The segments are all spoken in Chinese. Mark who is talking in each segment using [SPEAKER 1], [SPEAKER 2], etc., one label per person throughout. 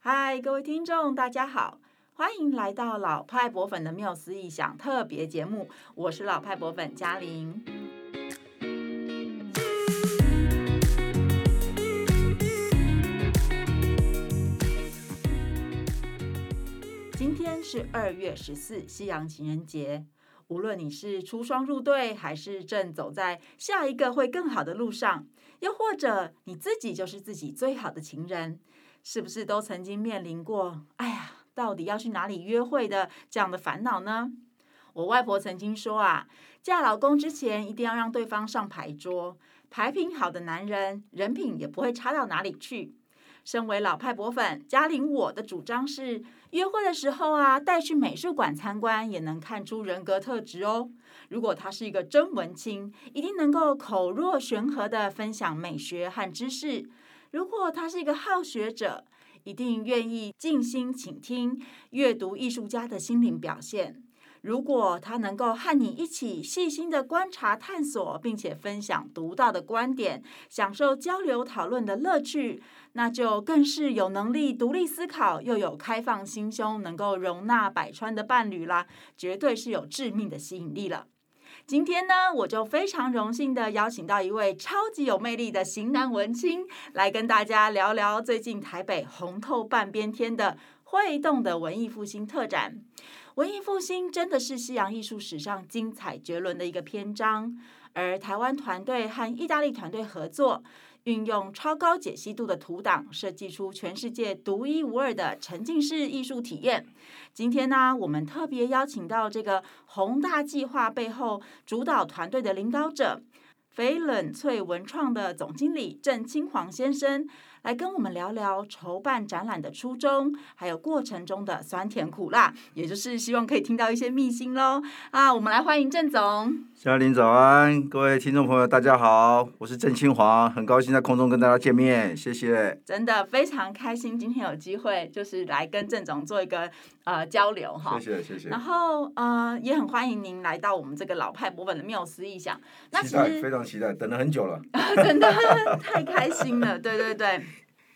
[SPEAKER 1] 嗨，各位听众，大家好，欢迎来到老派博粉的缪斯异想特别节目，我是老派博粉嘉玲。今天是二月十四，西洋情人节。无论你是出双入对，还是正走在下一个会更好的路上，又或者你自己就是自己最好的情人，是不是都曾经面临过“哎呀，到底要去哪里约会的”这样的烦恼呢？我外婆曾经说啊，嫁老公之前一定要让对方上牌桌，牌品好的男人，人品也不会差到哪里去。身为老派博粉，嘉玲我的主张是，约会的时候啊，带去美术馆参观也能看出人格特质哦。如果他是一个真文青，一定能够口若悬河地分享美学和知识；如果他是一个好学者，一定愿意静心倾听、阅读艺术家的心灵表现。如果他能够和你一起细心的观察、探索，并且分享独到的观点，享受交流讨论的乐趣，那就更是有能力独立思考，又有开放心胸，能够容纳百川的伴侣啦，绝对是有致命的吸引力了。今天呢，我就非常荣幸的邀请到一位超级有魅力的型男文青，来跟大家聊聊最近台北红透半边天的会动的文艺复兴特展。文艺复兴真的是西洋艺术史上精彩绝伦的一个篇章，而台湾团队和意大利团队合作，运用超高解析度的图档，设计出全世界独一无二的沉浸式艺术体验。今天呢、我们特别邀请到这个宏大计划背后主导团队的领导者。翡冷翠文创的总经理郑清煌先生来跟我们聊聊筹办展览的初衷，还有过程中的酸甜苦辣，也就是希望可以听到一些秘辛喽。啊，我们来欢迎郑总。
[SPEAKER 2] 嘉玲早安，各位听众朋友，大家好，我是郑清煌，很高兴在空中跟大家见面，谢谢。
[SPEAKER 1] 真的非常开心，今天有机会就是来跟郑总做一个呃交流哈
[SPEAKER 2] 谢。谢谢谢
[SPEAKER 1] 然，后呃，也很欢迎您来到我们这个老派博本的缪斯意想。那其
[SPEAKER 2] 期待，
[SPEAKER 1] 实
[SPEAKER 2] 非常期待，等了很久了。
[SPEAKER 1] 真的太开心了，对对对。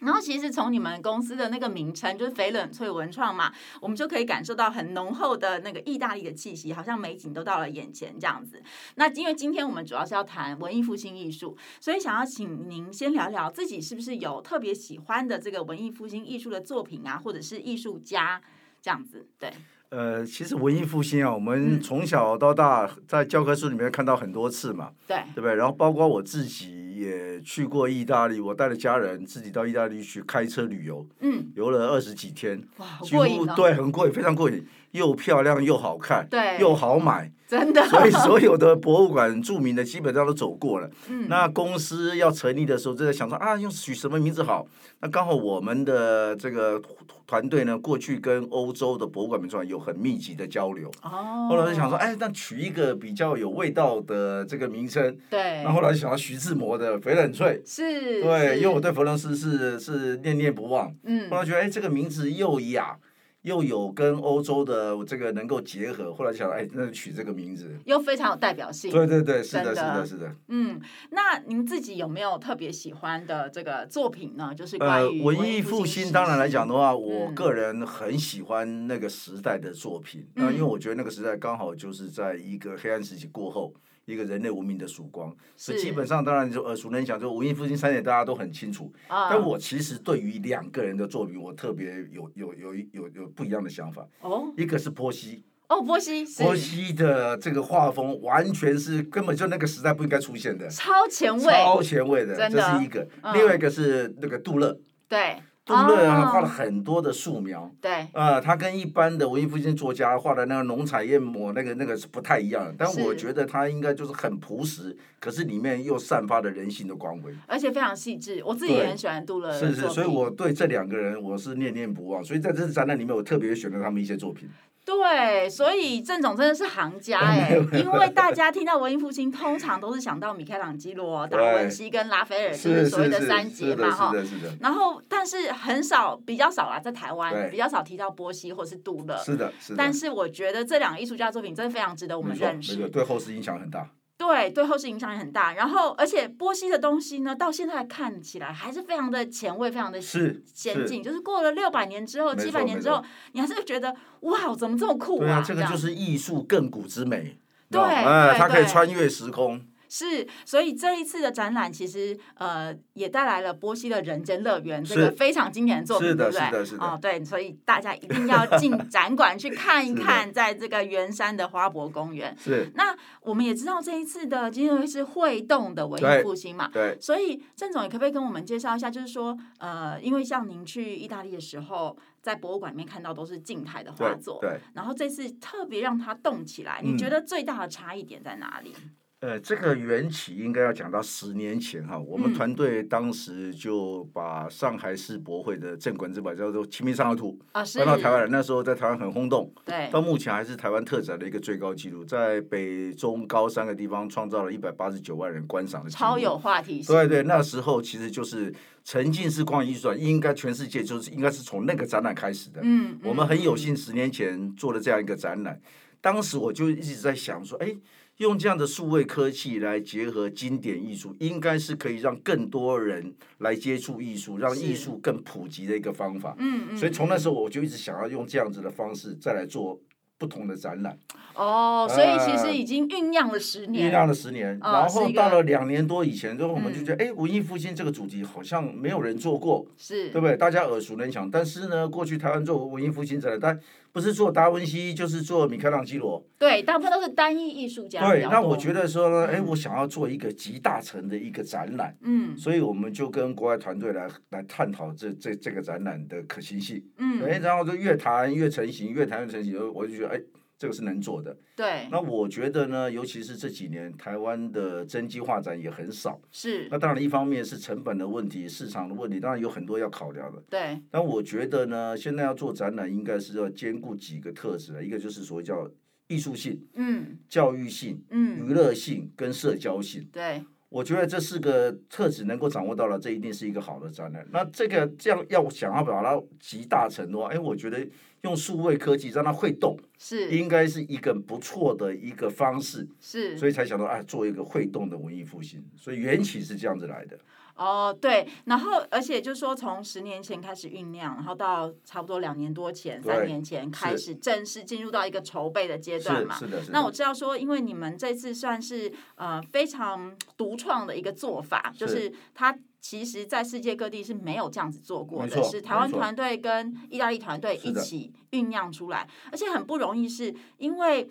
[SPEAKER 1] 然后其实从你们公司的那个名称就是“翡冷翠文创”嘛，我们就可以感受到很浓厚的那个意大利的气息，好像美景都到了眼前这样子。那因为今天我们主要是要谈文艺复兴艺术，所以想要请您先聊聊自己是不是有特别喜欢的这个文艺复兴艺术的作品啊，或者是艺术家这样子。对，
[SPEAKER 2] 呃，其实文艺复兴啊，我
[SPEAKER 1] 嗯
[SPEAKER 2] 们从小到大在教科书里面看到很多次嘛，
[SPEAKER 1] 对，
[SPEAKER 2] 对不对？然后包括我自己也去过意大利，我带着家人自己到意大利去开车旅游，
[SPEAKER 1] 嗯，
[SPEAKER 2] 游了二十几天，
[SPEAKER 1] 哇，好
[SPEAKER 2] 几
[SPEAKER 1] 过
[SPEAKER 2] 乎
[SPEAKER 1] 瘾哦，
[SPEAKER 2] 对，很过瘾，非常过瘾，又漂亮又好看，
[SPEAKER 1] 对
[SPEAKER 2] 又好买，
[SPEAKER 1] 真 的，
[SPEAKER 2] 所以所有的博物馆著名的基本上都走过了。
[SPEAKER 1] 嗯
[SPEAKER 2] 那公司要成立的时候，正在想说啊，用取什么名字好？那刚好我们的这个团队呢，过去跟欧洲的博物馆名创有很密集的交流。
[SPEAKER 1] 哦，
[SPEAKER 2] 后来就想说，哎，那取一个比较有味道的这个名称。
[SPEAKER 1] 对
[SPEAKER 2] 那，后来就想到徐志摩的《翡冷翠》，
[SPEAKER 1] 是，
[SPEAKER 2] 对，
[SPEAKER 1] 是
[SPEAKER 2] 因为我对佛伦斯是是念念不忘。
[SPEAKER 1] 嗯
[SPEAKER 2] 后来觉得，哎，这个名字又雅，又有跟欧洲的这个能够结合。后来想，哎，那就取这个名字。
[SPEAKER 1] 又非常有代表性。
[SPEAKER 2] 对对对，是
[SPEAKER 1] 真
[SPEAKER 2] 的，是
[SPEAKER 1] 的
[SPEAKER 2] 的，是的。
[SPEAKER 1] 嗯，那您自己有没有特别喜欢的这个作品呢？就是关
[SPEAKER 2] 呃，
[SPEAKER 1] 于
[SPEAKER 2] 文艺复兴当然来讲的话，我
[SPEAKER 1] 嗯
[SPEAKER 2] 个人很喜欢那个时代的作品。那、因为我觉得那个时代刚好就是在一个黑暗时期过后，一个人类文明的曙光。
[SPEAKER 1] 是
[SPEAKER 2] 是基本上，当然就耳呃熟能详，就文艺复兴三点大家都很清楚。
[SPEAKER 1] 啊，
[SPEAKER 2] 但我其实对于两个人的作品，我特别有有有一有有不一样的想法。
[SPEAKER 1] 哦
[SPEAKER 2] 一个是波西，
[SPEAKER 1] 哦，波西是
[SPEAKER 2] 波西的这个画风完全是根本就那个时代不应该出现的，
[SPEAKER 1] 超前卫，
[SPEAKER 2] 超前卫的，
[SPEAKER 1] 真
[SPEAKER 2] 这
[SPEAKER 1] 的
[SPEAKER 2] 是一个。
[SPEAKER 1] 嗯
[SPEAKER 2] 另外一个是那个杜勒。
[SPEAKER 1] 对，
[SPEAKER 2] 杜
[SPEAKER 1] 哦
[SPEAKER 2] 勒啊画了很多的素描，
[SPEAKER 1] 对，
[SPEAKER 2] 呃，他跟一般的文艺复兴作家画的那个浓彩艳抹那个那个是不太一样的，但
[SPEAKER 1] 是
[SPEAKER 2] 我觉得他应该就是很朴实，可是里面又散发了人性的光辉。
[SPEAKER 1] 而且非常细致，我自己也
[SPEAKER 2] 对
[SPEAKER 1] 很喜欢杜勒的
[SPEAKER 2] 是是，
[SPEAKER 1] 作
[SPEAKER 2] 所以
[SPEAKER 1] 品
[SPEAKER 2] 我对这两个人我是念念不忘，所以在这次展览里面，我特别选了他们一些作品。
[SPEAKER 1] 对，所以郑总真的是行 家哎、因为大家听到文艺复兴，通常都是想到米开朗基罗、达文
[SPEAKER 2] 对
[SPEAKER 1] 西跟拉斐尔，就是所谓
[SPEAKER 2] 是
[SPEAKER 1] 的
[SPEAKER 2] 是
[SPEAKER 1] 三杰
[SPEAKER 2] 是
[SPEAKER 1] 嘛
[SPEAKER 2] 的，
[SPEAKER 1] 哈
[SPEAKER 2] 是。的，是的，
[SPEAKER 1] 然后，但是很少，比较少啦，在台湾
[SPEAKER 2] 对
[SPEAKER 1] 比较少提到波西或是杜勒。
[SPEAKER 2] 是的，是的。
[SPEAKER 1] 但是我觉得这两个艺术家作品真的非常值得我们
[SPEAKER 2] 没错，
[SPEAKER 1] 认
[SPEAKER 2] 没错，
[SPEAKER 1] 识。
[SPEAKER 2] 对后世影响很大。
[SPEAKER 1] 对，对后世影响也很大。然后，而且波西的东西呢，到现在看起来还是非常的前卫，非常的
[SPEAKER 2] 是
[SPEAKER 1] 先
[SPEAKER 2] 是
[SPEAKER 1] 进。就是过了六百年之后、
[SPEAKER 2] 没
[SPEAKER 1] 七
[SPEAKER 2] 错
[SPEAKER 1] 百年之后，你还是会觉得哇，怎么这么酷
[SPEAKER 2] 对啊，这个
[SPEAKER 1] 样
[SPEAKER 2] 就是艺术亘古之美。
[SPEAKER 1] 对
[SPEAKER 2] 你知道吗哎，
[SPEAKER 1] 对
[SPEAKER 2] 它可以
[SPEAKER 1] 对
[SPEAKER 2] 穿越时空，
[SPEAKER 1] 是，所以这一次的展览其实呃也带来了波西的《人间乐园》这个
[SPEAKER 2] 是
[SPEAKER 1] 非常经典的作品，
[SPEAKER 2] 是的
[SPEAKER 1] 对不对？
[SPEAKER 2] 是的是的
[SPEAKER 1] 哦，对，所以大家一定要进展馆去看一
[SPEAKER 2] 是的
[SPEAKER 1] 看，在这个圆山的花博公园。
[SPEAKER 2] 是
[SPEAKER 1] 那我们也知道这一次的基金会是会动的文艺
[SPEAKER 2] 对
[SPEAKER 1] 复兴嘛，
[SPEAKER 2] 对，
[SPEAKER 1] 所以郑总也可不可以跟我们介绍一下，就是说呃，因为像您去意大利的时候，在博物馆里面看到都是静态的画
[SPEAKER 2] 对
[SPEAKER 1] 作，
[SPEAKER 2] 对。
[SPEAKER 1] 然后这次特别让它动起来，你
[SPEAKER 2] 嗯
[SPEAKER 1] 觉得最大的差异点在哪里？
[SPEAKER 2] 呃，这个缘起应该要讲到十年前哈，我
[SPEAKER 1] 嗯
[SPEAKER 2] 们团队当时就把上海世博会的镇馆之宝叫做《清明上河图
[SPEAKER 1] 啊，》是
[SPEAKER 2] 搬到台湾来，那时候在台湾很轰动，
[SPEAKER 1] 对，
[SPEAKER 2] 到目前还是台湾特展的一个最高纪录，在北中高三个地方创造了一百八十九万人观赏的纪录
[SPEAKER 1] 超有话题性。
[SPEAKER 2] 对对，那时候其实就是沉浸式光影艺术展，应该全世界就是应该是从那个展览开始的。
[SPEAKER 1] 嗯，
[SPEAKER 2] 我们很有幸十年前做了这样一个展览，当时我就一直在想说，哎，用这样的数位科技来结合经典艺术，应该是可以让更多人来接触艺术，让艺
[SPEAKER 1] 是
[SPEAKER 2] 术更普及的一个方法。
[SPEAKER 1] 嗯，嗯嗯，
[SPEAKER 2] 所以从那时候我就一直想要用这样子的方式再来做不同的展览。
[SPEAKER 1] 哦，所以其实
[SPEAKER 2] 呃
[SPEAKER 1] 已经酝酿了十
[SPEAKER 2] 酝
[SPEAKER 1] 年，
[SPEAKER 2] 酿了十年，
[SPEAKER 1] 嗯哦
[SPEAKER 2] 然
[SPEAKER 1] 是
[SPEAKER 2] 后
[SPEAKER 1] 一
[SPEAKER 2] 到
[SPEAKER 1] 个
[SPEAKER 2] 了两年多以前之后，我们就
[SPEAKER 1] 嗯
[SPEAKER 2] 觉得，哎、文艺复兴这个主题好像没有人做过，
[SPEAKER 1] 是，
[SPEAKER 2] 对不对？大家耳熟能详。但是呢，过去台湾做文艺复兴展览，但不是做达文西，就是做米开朗基罗。
[SPEAKER 1] 对大部分都是单一艺术家。
[SPEAKER 2] 对，那我觉
[SPEAKER 1] 得，
[SPEAKER 2] 得说呢，哎，
[SPEAKER 1] 嗯
[SPEAKER 2] 我想要做一个集大成的一个展览，
[SPEAKER 1] 嗯
[SPEAKER 2] 所以我们就跟国外团队来来探讨这这这个展览的可行性。哎，
[SPEAKER 1] 嗯，
[SPEAKER 2] 然后就越谈越成型，越谈越成型，我就觉得，哎，这个是能做的。
[SPEAKER 1] 对，
[SPEAKER 2] 那我觉得呢，尤其是这几年台湾的真迹画展也很少。
[SPEAKER 1] 是，
[SPEAKER 2] 那当然，一方面是成本的问题、市场的问题，当然有很多要考量的。
[SPEAKER 1] 对，
[SPEAKER 2] 但我觉得呢，现在要做展览，应该是要兼顾几个特质啊的，一个就是所谓叫艺术性、
[SPEAKER 1] 嗯
[SPEAKER 2] 教育性、
[SPEAKER 1] 嗯，
[SPEAKER 2] 娱乐性跟社交性。
[SPEAKER 1] 对，
[SPEAKER 2] 我觉得这四个特质能够掌握到了，这一定是一个好的展览。那这个这样要想要把它集大成的话，哎，我觉得用数位科技让它会动，
[SPEAKER 1] 是
[SPEAKER 2] 应该是一个不错的一个方式。
[SPEAKER 1] 是，
[SPEAKER 2] 所以才想到啊，做一个会动的文艺复兴，所以缘起是这样子来的。
[SPEAKER 1] 哦，对，然后而且就是说，从十年前开始酝酿，然后到差不多两年多前、三
[SPEAKER 2] 对
[SPEAKER 1] 年前开始正式进入到一个筹备的阶
[SPEAKER 2] 是
[SPEAKER 1] 段嘛。
[SPEAKER 2] 是的，是的。
[SPEAKER 1] 那我知道说，因为你们这次算是呃非常独创的一个做法，就是它其实，在世界各地是没有这样子做过
[SPEAKER 2] 没
[SPEAKER 1] 的，
[SPEAKER 2] 错
[SPEAKER 1] 是台湾
[SPEAKER 2] 没错
[SPEAKER 1] 团队跟意大利团队
[SPEAKER 2] 是
[SPEAKER 1] 一
[SPEAKER 2] 的
[SPEAKER 1] 起酝酿出来，而且很不容易，是因为。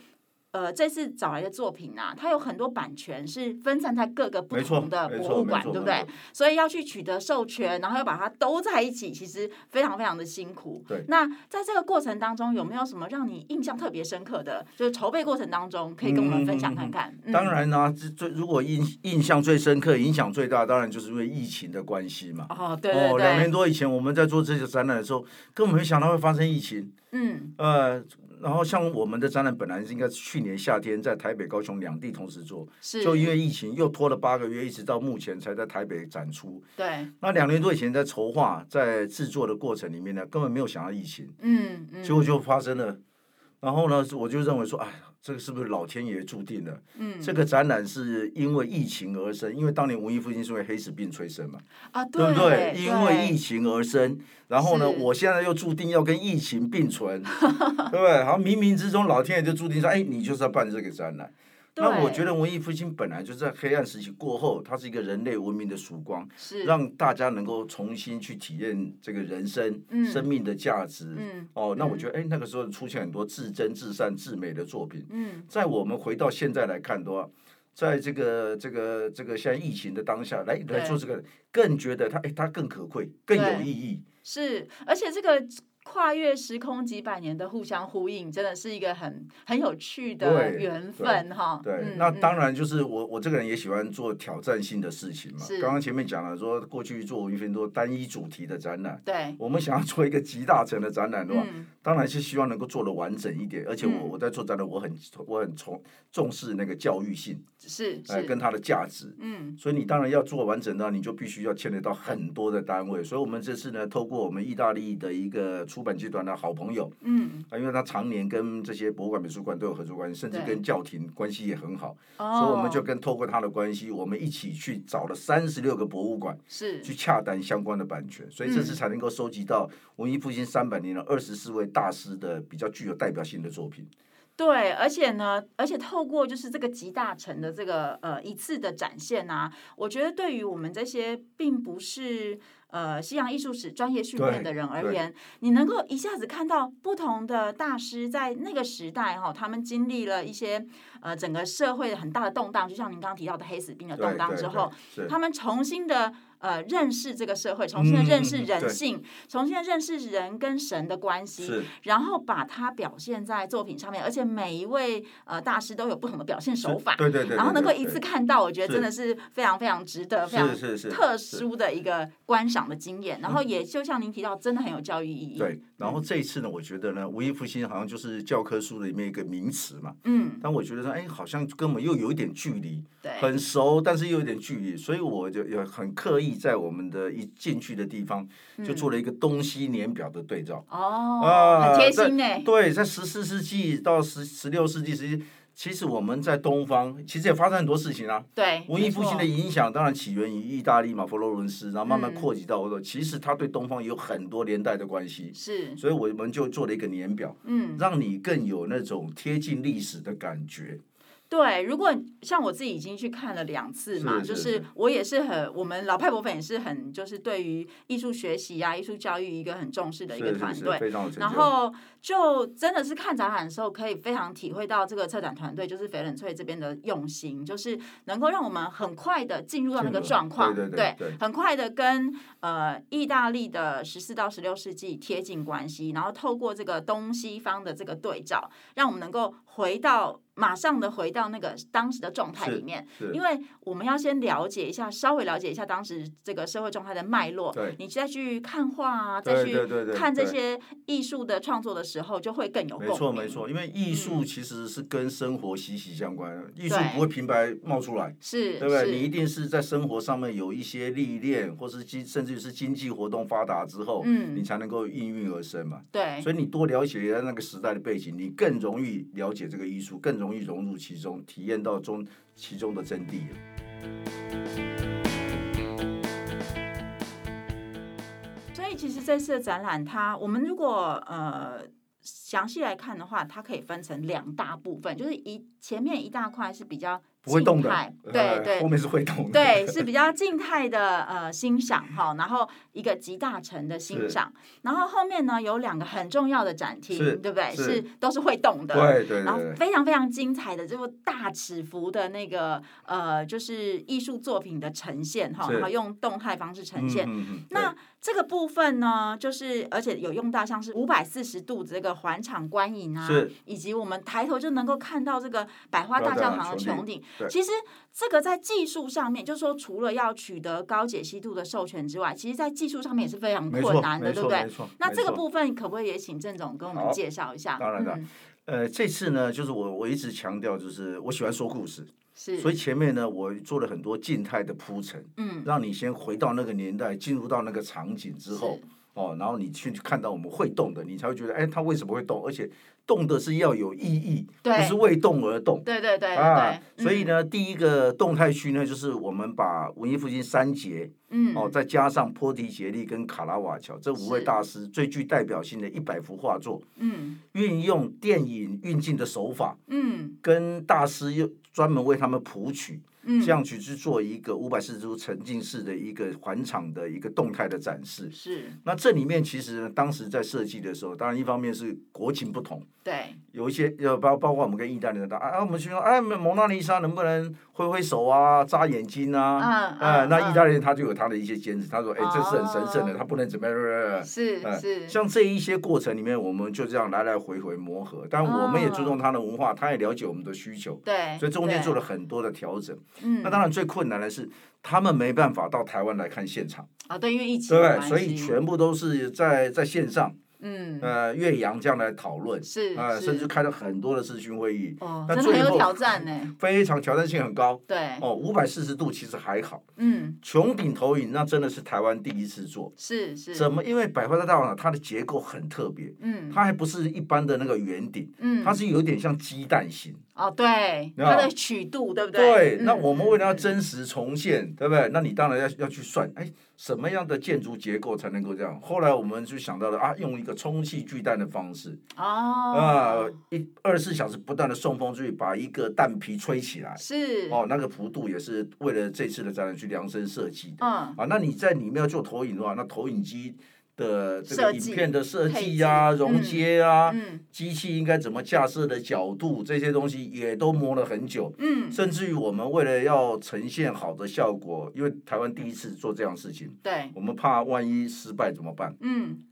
[SPEAKER 1] 呃，这次找来的作品啊，它有很多版权是分散在各个不
[SPEAKER 2] 没错，
[SPEAKER 1] 同的
[SPEAKER 2] 没
[SPEAKER 1] 博
[SPEAKER 2] 错，
[SPEAKER 1] 物
[SPEAKER 2] 没
[SPEAKER 1] 馆，
[SPEAKER 2] 错，
[SPEAKER 1] 对不
[SPEAKER 2] 没
[SPEAKER 1] 对
[SPEAKER 2] 错？？
[SPEAKER 1] 所以要去取得授权，然后要把它都在一起，其实非常非常的辛苦。
[SPEAKER 2] 对
[SPEAKER 1] 那在这个过程当中，有没有什么让你印象特别深刻的？就是筹备过程当中，可以跟我们分享看看。嗯
[SPEAKER 2] 当，然啦、这最如果印印象最深刻、影响最大，当然就是因为疫情的关系嘛。
[SPEAKER 1] 哦，对对
[SPEAKER 2] 哦，两年
[SPEAKER 1] 对，
[SPEAKER 2] 多以前我们在做这个展览的时候，根本没想到会发生疫情。
[SPEAKER 1] 嗯，
[SPEAKER 2] 呃，然后像我们的展览本来是应该是去年夏天在台北、高雄两地同时做，
[SPEAKER 1] 是，
[SPEAKER 2] 就因为疫情又拖了八个月，一直到目前才在台北展出。
[SPEAKER 1] 对，
[SPEAKER 2] 那两年多以前在筹划、在制作的过程里面呢，根本没有想到疫情。
[SPEAKER 1] 嗯嗯，
[SPEAKER 2] 结果就发生了。然后呢，我就认为说，哎，这个是不是老天爷注定的？
[SPEAKER 1] 嗯
[SPEAKER 2] 这个展览是因为疫情而生，因为当年文艺复兴是因为黑死病催生嘛，
[SPEAKER 1] 啊，
[SPEAKER 2] 对不
[SPEAKER 1] 对？
[SPEAKER 2] 因为疫情而生，然后呢，
[SPEAKER 1] 是
[SPEAKER 2] 我现在又注定要跟疫情 并存，对不对？然后冥冥之中，老天爷就注定说，哎，你就是要办这个展览。那我觉
[SPEAKER 1] 得
[SPEAKER 2] 得文艺复兴本来就是在黑暗时期过后，它是一个人类文明的曙光，
[SPEAKER 1] 是，
[SPEAKER 2] 让大家能够重新去体验这个人生、
[SPEAKER 1] 嗯
[SPEAKER 2] 生命的价值，
[SPEAKER 1] 嗯
[SPEAKER 2] 哦，那我
[SPEAKER 1] 嗯
[SPEAKER 2] 觉得，哎，那个时候出现很多至真、至善、至美的作品。
[SPEAKER 1] 嗯，
[SPEAKER 2] 在我们回到现在来看的话，在这个这个这个现在疫情的当下，来来做这个，更觉得它哎，它更可贵，更有
[SPEAKER 1] 对
[SPEAKER 2] 意义。
[SPEAKER 1] 是，而且这个。跨越时空几百年的互相呼应，真的是一个很很有趣的
[SPEAKER 2] 对
[SPEAKER 1] 缘
[SPEAKER 2] 对
[SPEAKER 1] 分哈。
[SPEAKER 2] 对，
[SPEAKER 1] 嗯
[SPEAKER 2] 那
[SPEAKER 1] 嗯
[SPEAKER 2] 当然就是我我这个人也喜欢做挑战性的事情嘛
[SPEAKER 1] 是。
[SPEAKER 2] 刚刚前面讲了说，过去做文艺片多单一主题的展览。
[SPEAKER 1] 对，
[SPEAKER 2] 我们想要做一个集大成的展览的话，
[SPEAKER 1] 嗯
[SPEAKER 2] 当然是希望能够做的完整一点。而且我
[SPEAKER 1] 嗯
[SPEAKER 2] 我在做展览，我很我很重重视那个教育性，
[SPEAKER 1] 是
[SPEAKER 2] 哎，
[SPEAKER 1] 是，
[SPEAKER 2] 跟它的价值。
[SPEAKER 1] 嗯
[SPEAKER 2] 所以你当然要做完整的，你就必须要牵连到很多的单位。所以我们这次呢，透过我们意大利的一个出版集团的好朋友，
[SPEAKER 1] 嗯，
[SPEAKER 2] 啊，因为他常年跟这些博物馆、美术馆都有合作关系，甚至
[SPEAKER 1] 对
[SPEAKER 2] 跟教廷关系也很好，
[SPEAKER 1] 哦，
[SPEAKER 2] 所以我们就跟透过他的关系，我们一起去找了三十六个博物馆
[SPEAKER 1] 是
[SPEAKER 2] 去洽谈相关的版权，所以这次才能够收集到文艺复兴三百年的二十四位大师的比较具有代表性的作品。
[SPEAKER 1] 对，而且呢，而且透过就是这个集大成的这个呃一次的展现啊，我觉得对于我们这些并不是呃西洋艺术史专业训练
[SPEAKER 2] 对
[SPEAKER 1] 的人而
[SPEAKER 2] 对
[SPEAKER 1] 言，你能够一下子看到不同的大师在那个时代哈、他们经历了一些呃整个社会很大的动荡，就像您刚刚提到的黑死病的
[SPEAKER 2] 对
[SPEAKER 1] 动荡
[SPEAKER 2] 对
[SPEAKER 1] 之
[SPEAKER 2] 对，
[SPEAKER 1] 后，
[SPEAKER 2] 是
[SPEAKER 1] 他们重新的呃认识这个社会，重新的认识
[SPEAKER 2] 嗯嗯嗯
[SPEAKER 1] 人
[SPEAKER 2] 对
[SPEAKER 1] 性，重新的认识人跟神的关系，
[SPEAKER 2] 是
[SPEAKER 1] 然后把它表现在作品上面，而且每一位呃大师都有不同的表现手法，
[SPEAKER 2] 对对对对，
[SPEAKER 1] 然后能够
[SPEAKER 2] 对
[SPEAKER 1] 一
[SPEAKER 2] 对
[SPEAKER 1] 次看到，我觉得
[SPEAKER 2] 是
[SPEAKER 1] 真的是非常非常值得、非常
[SPEAKER 2] 是是是嗯
[SPEAKER 1] 特殊的一个观赏的经验。然后也就像您提到，真的很有教育意义。，
[SPEAKER 2] 对，然后
[SPEAKER 1] 嗯
[SPEAKER 2] 这一次呢，我觉得呢，文艺复兴好像就是教科书里面一个名词嘛，
[SPEAKER 1] 嗯，
[SPEAKER 2] 但我觉得说，哎，好像跟我们又有一点距离，
[SPEAKER 1] 对，
[SPEAKER 2] 很熟，但是又有点距离，所以我就也很刻意在我们的一进去的地方，
[SPEAKER 1] 嗯
[SPEAKER 2] 就做了一个东西年表的对照。
[SPEAKER 1] 哦，
[SPEAKER 2] 啊
[SPEAKER 1] 很贴心呢。
[SPEAKER 2] 对，在十四世纪到十十六世纪时期，其实我们在东方其实也发生很多事情啊。
[SPEAKER 1] 对，
[SPEAKER 2] 文艺复兴的
[SPEAKER 1] 哎没错
[SPEAKER 2] 影响当然起源于意大利嘛，佛罗伦斯，然后慢慢
[SPEAKER 1] 嗯
[SPEAKER 2] 扩及到欧洲。其实它对东方有很多连带的关系，
[SPEAKER 1] 是，
[SPEAKER 2] 所以我们就做了一个年表，
[SPEAKER 1] 嗯，
[SPEAKER 2] 让你更有那种贴近历史的感觉。
[SPEAKER 1] 对，如果像我自己已经去看了两次嘛，
[SPEAKER 2] 是
[SPEAKER 1] 就是是
[SPEAKER 2] 是
[SPEAKER 1] 我也是很，我们老派博粉也是很，就是对于艺术学习啊、艺术教育一个很重视的一个
[SPEAKER 2] 是
[SPEAKER 1] 团
[SPEAKER 2] 是是，
[SPEAKER 1] 队。
[SPEAKER 2] 非常有成就。
[SPEAKER 1] 然后就真的是看展览的时候，可以非常体会到这个策展团队就是翡冷翠这边的用心，就是能够让我们很快的进入到那个
[SPEAKER 2] 进入
[SPEAKER 1] 状况，
[SPEAKER 2] 对对对对
[SPEAKER 1] 很快的跟呃意大利的十四到十六世纪贴近关系，然后透过这个东西方的这个对照，让我们能够回到马上的回到那个当时的状态
[SPEAKER 2] 是
[SPEAKER 1] 里面，
[SPEAKER 2] 是
[SPEAKER 1] 因为我们要先了解一下，稍微了解一下当时这个社会状态的脉络
[SPEAKER 2] 对，
[SPEAKER 1] 你再去看画啊，
[SPEAKER 2] 对
[SPEAKER 1] 再去
[SPEAKER 2] 对对对
[SPEAKER 1] 看这
[SPEAKER 2] 对
[SPEAKER 1] 些艺术的创作的时候，就会更有共
[SPEAKER 2] 没错
[SPEAKER 1] 鸣
[SPEAKER 2] 没，错，因为艺术其实是跟生活息息相关的，艺术
[SPEAKER 1] 嗯对
[SPEAKER 2] 不会平白冒出来，
[SPEAKER 1] 是，
[SPEAKER 2] 对不对？你一
[SPEAKER 1] 是，
[SPEAKER 2] 定是在生活上面有一些历练，或是经甚至是经济活动发达之后，
[SPEAKER 1] 嗯哎
[SPEAKER 2] 你才能够应运而生嘛。
[SPEAKER 1] 对，
[SPEAKER 2] 所以你多了解一下那个时代的背景，你更容易了解这个艺术，更容易融入其中，体验到中其中的真谛。啊
[SPEAKER 1] 所以其实这次的展览它，我们如果呃详细来看的话，它可以分成两大部分，就是一前面一大块是比较
[SPEAKER 2] 不会动
[SPEAKER 1] 静
[SPEAKER 2] 的
[SPEAKER 1] 态，对
[SPEAKER 2] 呃
[SPEAKER 1] 对
[SPEAKER 2] 后，面是会动的。
[SPEAKER 1] 对，是比较静态的呃欣赏哈，然后一个集大成的欣
[SPEAKER 2] 是
[SPEAKER 1] 赏，然后后面呢有两个很重要的展厅，
[SPEAKER 2] 是
[SPEAKER 1] 对不对？
[SPEAKER 2] 是
[SPEAKER 1] 是都是会动的，
[SPEAKER 2] 对对对
[SPEAKER 1] 然后
[SPEAKER 2] 对
[SPEAKER 1] 非常非常精彩的，这部大尺幅的那个呃，就是艺术作品的呈现哈，
[SPEAKER 2] 是
[SPEAKER 1] 然后用动态方式呈现。
[SPEAKER 2] 嗯嗯嗯
[SPEAKER 1] 那这个部分呢，就是而且有用到像是五百四十度这个环场观影啊
[SPEAKER 2] 是，
[SPEAKER 1] 以及我们抬头就能够看到这个百花大
[SPEAKER 2] 百花
[SPEAKER 1] 教
[SPEAKER 2] 大
[SPEAKER 1] 堂的
[SPEAKER 2] 穹
[SPEAKER 1] 穹顶。
[SPEAKER 2] 对
[SPEAKER 1] 其实这个在技术上面，就是说除了要取得高解析度的授权之外，其实在技术上面也是非常
[SPEAKER 2] 没
[SPEAKER 1] 困
[SPEAKER 2] 错
[SPEAKER 1] 难的，
[SPEAKER 2] 没
[SPEAKER 1] 对不
[SPEAKER 2] 错
[SPEAKER 1] 对
[SPEAKER 2] 没？错。
[SPEAKER 1] 那这个
[SPEAKER 2] 没错
[SPEAKER 1] 部分可不可以也请郑总跟我们
[SPEAKER 2] 好
[SPEAKER 1] 介绍一下？
[SPEAKER 2] 当然的
[SPEAKER 1] 嗯、
[SPEAKER 2] 呃，这次呢，就是我我一直强调，就是我喜欢说故事，
[SPEAKER 1] 是，
[SPEAKER 2] 所以前面呢，我做了很多静态的铺陈，
[SPEAKER 1] 嗯，
[SPEAKER 2] 让你先回到那个年代，进入到那个场景之后
[SPEAKER 1] 是，
[SPEAKER 2] 哦，然后你去看到我们会动的，你才会觉得，哎，它为什么会动？而且动的是要有意义，
[SPEAKER 1] 对
[SPEAKER 2] 不是为动而动。
[SPEAKER 1] 对对对对对、
[SPEAKER 2] 啊，所以
[SPEAKER 1] 嗯
[SPEAKER 2] 呢，第一个动态区呢，就是我们把文艺复兴三杰
[SPEAKER 1] 嗯，
[SPEAKER 2] 哦，再加上波提杰利跟卡拉瓦乔这五位
[SPEAKER 1] 是
[SPEAKER 2] 大师最具代表性的一百幅画作，
[SPEAKER 1] 嗯
[SPEAKER 2] 运用电影运镜的手法，
[SPEAKER 1] 嗯
[SPEAKER 2] 跟大师又专门为他们谱曲，
[SPEAKER 1] 嗯，
[SPEAKER 2] 这样去去做一个五百四十度沉浸式的一个环场的一个动态的展示。
[SPEAKER 1] 是
[SPEAKER 2] 那这里面其实呢，当时在设计的时候，当然一方面是国情不同，
[SPEAKER 1] 对，
[SPEAKER 2] 有一些呃包包括我们跟意大利人打啊，啊我们去说哎蒙娜丽莎能不能挥挥手啊，眨眼睛啊，
[SPEAKER 1] 嗯
[SPEAKER 2] 啊那意大
[SPEAKER 1] 利
[SPEAKER 2] 利人他就有他的一些坚持，他说哎这是很神圣的，
[SPEAKER 1] 哦
[SPEAKER 2] 他不能怎么样。
[SPEAKER 1] 是
[SPEAKER 2] 哎
[SPEAKER 1] 是，
[SPEAKER 2] 像这一些过程里面，我们就这样来来回回磨合，但
[SPEAKER 1] 哦
[SPEAKER 2] 我们也尊重他的文化，他也了解我们的需求，
[SPEAKER 1] 对，
[SPEAKER 2] 所以中间
[SPEAKER 1] 哎对
[SPEAKER 2] 做了很多的调整。
[SPEAKER 1] 嗯
[SPEAKER 2] 那当然最困难的是，他们没办法到台湾来看现场，
[SPEAKER 1] 啊，对，因为疫情
[SPEAKER 2] 对
[SPEAKER 1] 的
[SPEAKER 2] 不
[SPEAKER 1] 关
[SPEAKER 2] 对？所以
[SPEAKER 1] 系
[SPEAKER 2] 全部都是在在线上，
[SPEAKER 1] 嗯，
[SPEAKER 2] 呃岳阳这样来讨论，
[SPEAKER 1] 是
[SPEAKER 2] 啊、
[SPEAKER 1] 是
[SPEAKER 2] 甚至开了很多的视讯会议，
[SPEAKER 1] 哦，
[SPEAKER 2] 那
[SPEAKER 1] 真的
[SPEAKER 2] 最
[SPEAKER 1] 很有
[SPEAKER 2] 后
[SPEAKER 1] 挑战呢。
[SPEAKER 2] 非常挑战性很高。
[SPEAKER 1] 对，
[SPEAKER 2] 哦，五百四十度其实还好，
[SPEAKER 1] 嗯，
[SPEAKER 2] 穹顶投影那真的是台湾第一次做。
[SPEAKER 1] 是是，
[SPEAKER 2] 怎么？因为百货大广场它的结构很特别，
[SPEAKER 1] 嗯
[SPEAKER 2] 它还不是一般的那个圆顶，
[SPEAKER 1] 嗯，
[SPEAKER 2] 它是有点像鸡蛋形。
[SPEAKER 1] 哦，对，它
[SPEAKER 2] 啊
[SPEAKER 1] 的曲度对不对
[SPEAKER 2] 对，那
[SPEAKER 1] 嗯
[SPEAKER 2] 我们为了要
[SPEAKER 1] 嗯
[SPEAKER 2] 真实重现，对不对？那你当然要要去算，哎，什么样的建筑结构才能够这样？后来我们就想到了啊，用一个充气巨蛋的方式啊
[SPEAKER 1] 哦，，
[SPEAKER 2] 一二十四小时不断的送风出去，把一个蛋皮吹起来。
[SPEAKER 1] 是，
[SPEAKER 2] 哦，那个幅度也是为了这次的展览去量身设计的
[SPEAKER 1] 嗯，
[SPEAKER 2] 啊。那你在里面要做投影的话，那投影机的这
[SPEAKER 1] 设
[SPEAKER 2] 个影
[SPEAKER 1] 计
[SPEAKER 2] 片的设
[SPEAKER 1] 配
[SPEAKER 2] 计
[SPEAKER 1] 置
[SPEAKER 2] 啊、
[SPEAKER 1] 嗯
[SPEAKER 2] 容接啊、
[SPEAKER 1] 嗯
[SPEAKER 2] 机器应该怎么架设的角度，这些东西也都磨了很久。
[SPEAKER 1] 嗯，
[SPEAKER 2] 甚至于我们为了要呈现好的效果，因为台湾第一次做这样的事情，
[SPEAKER 1] 对，
[SPEAKER 2] 我们怕万一失败怎么办？
[SPEAKER 1] 嗯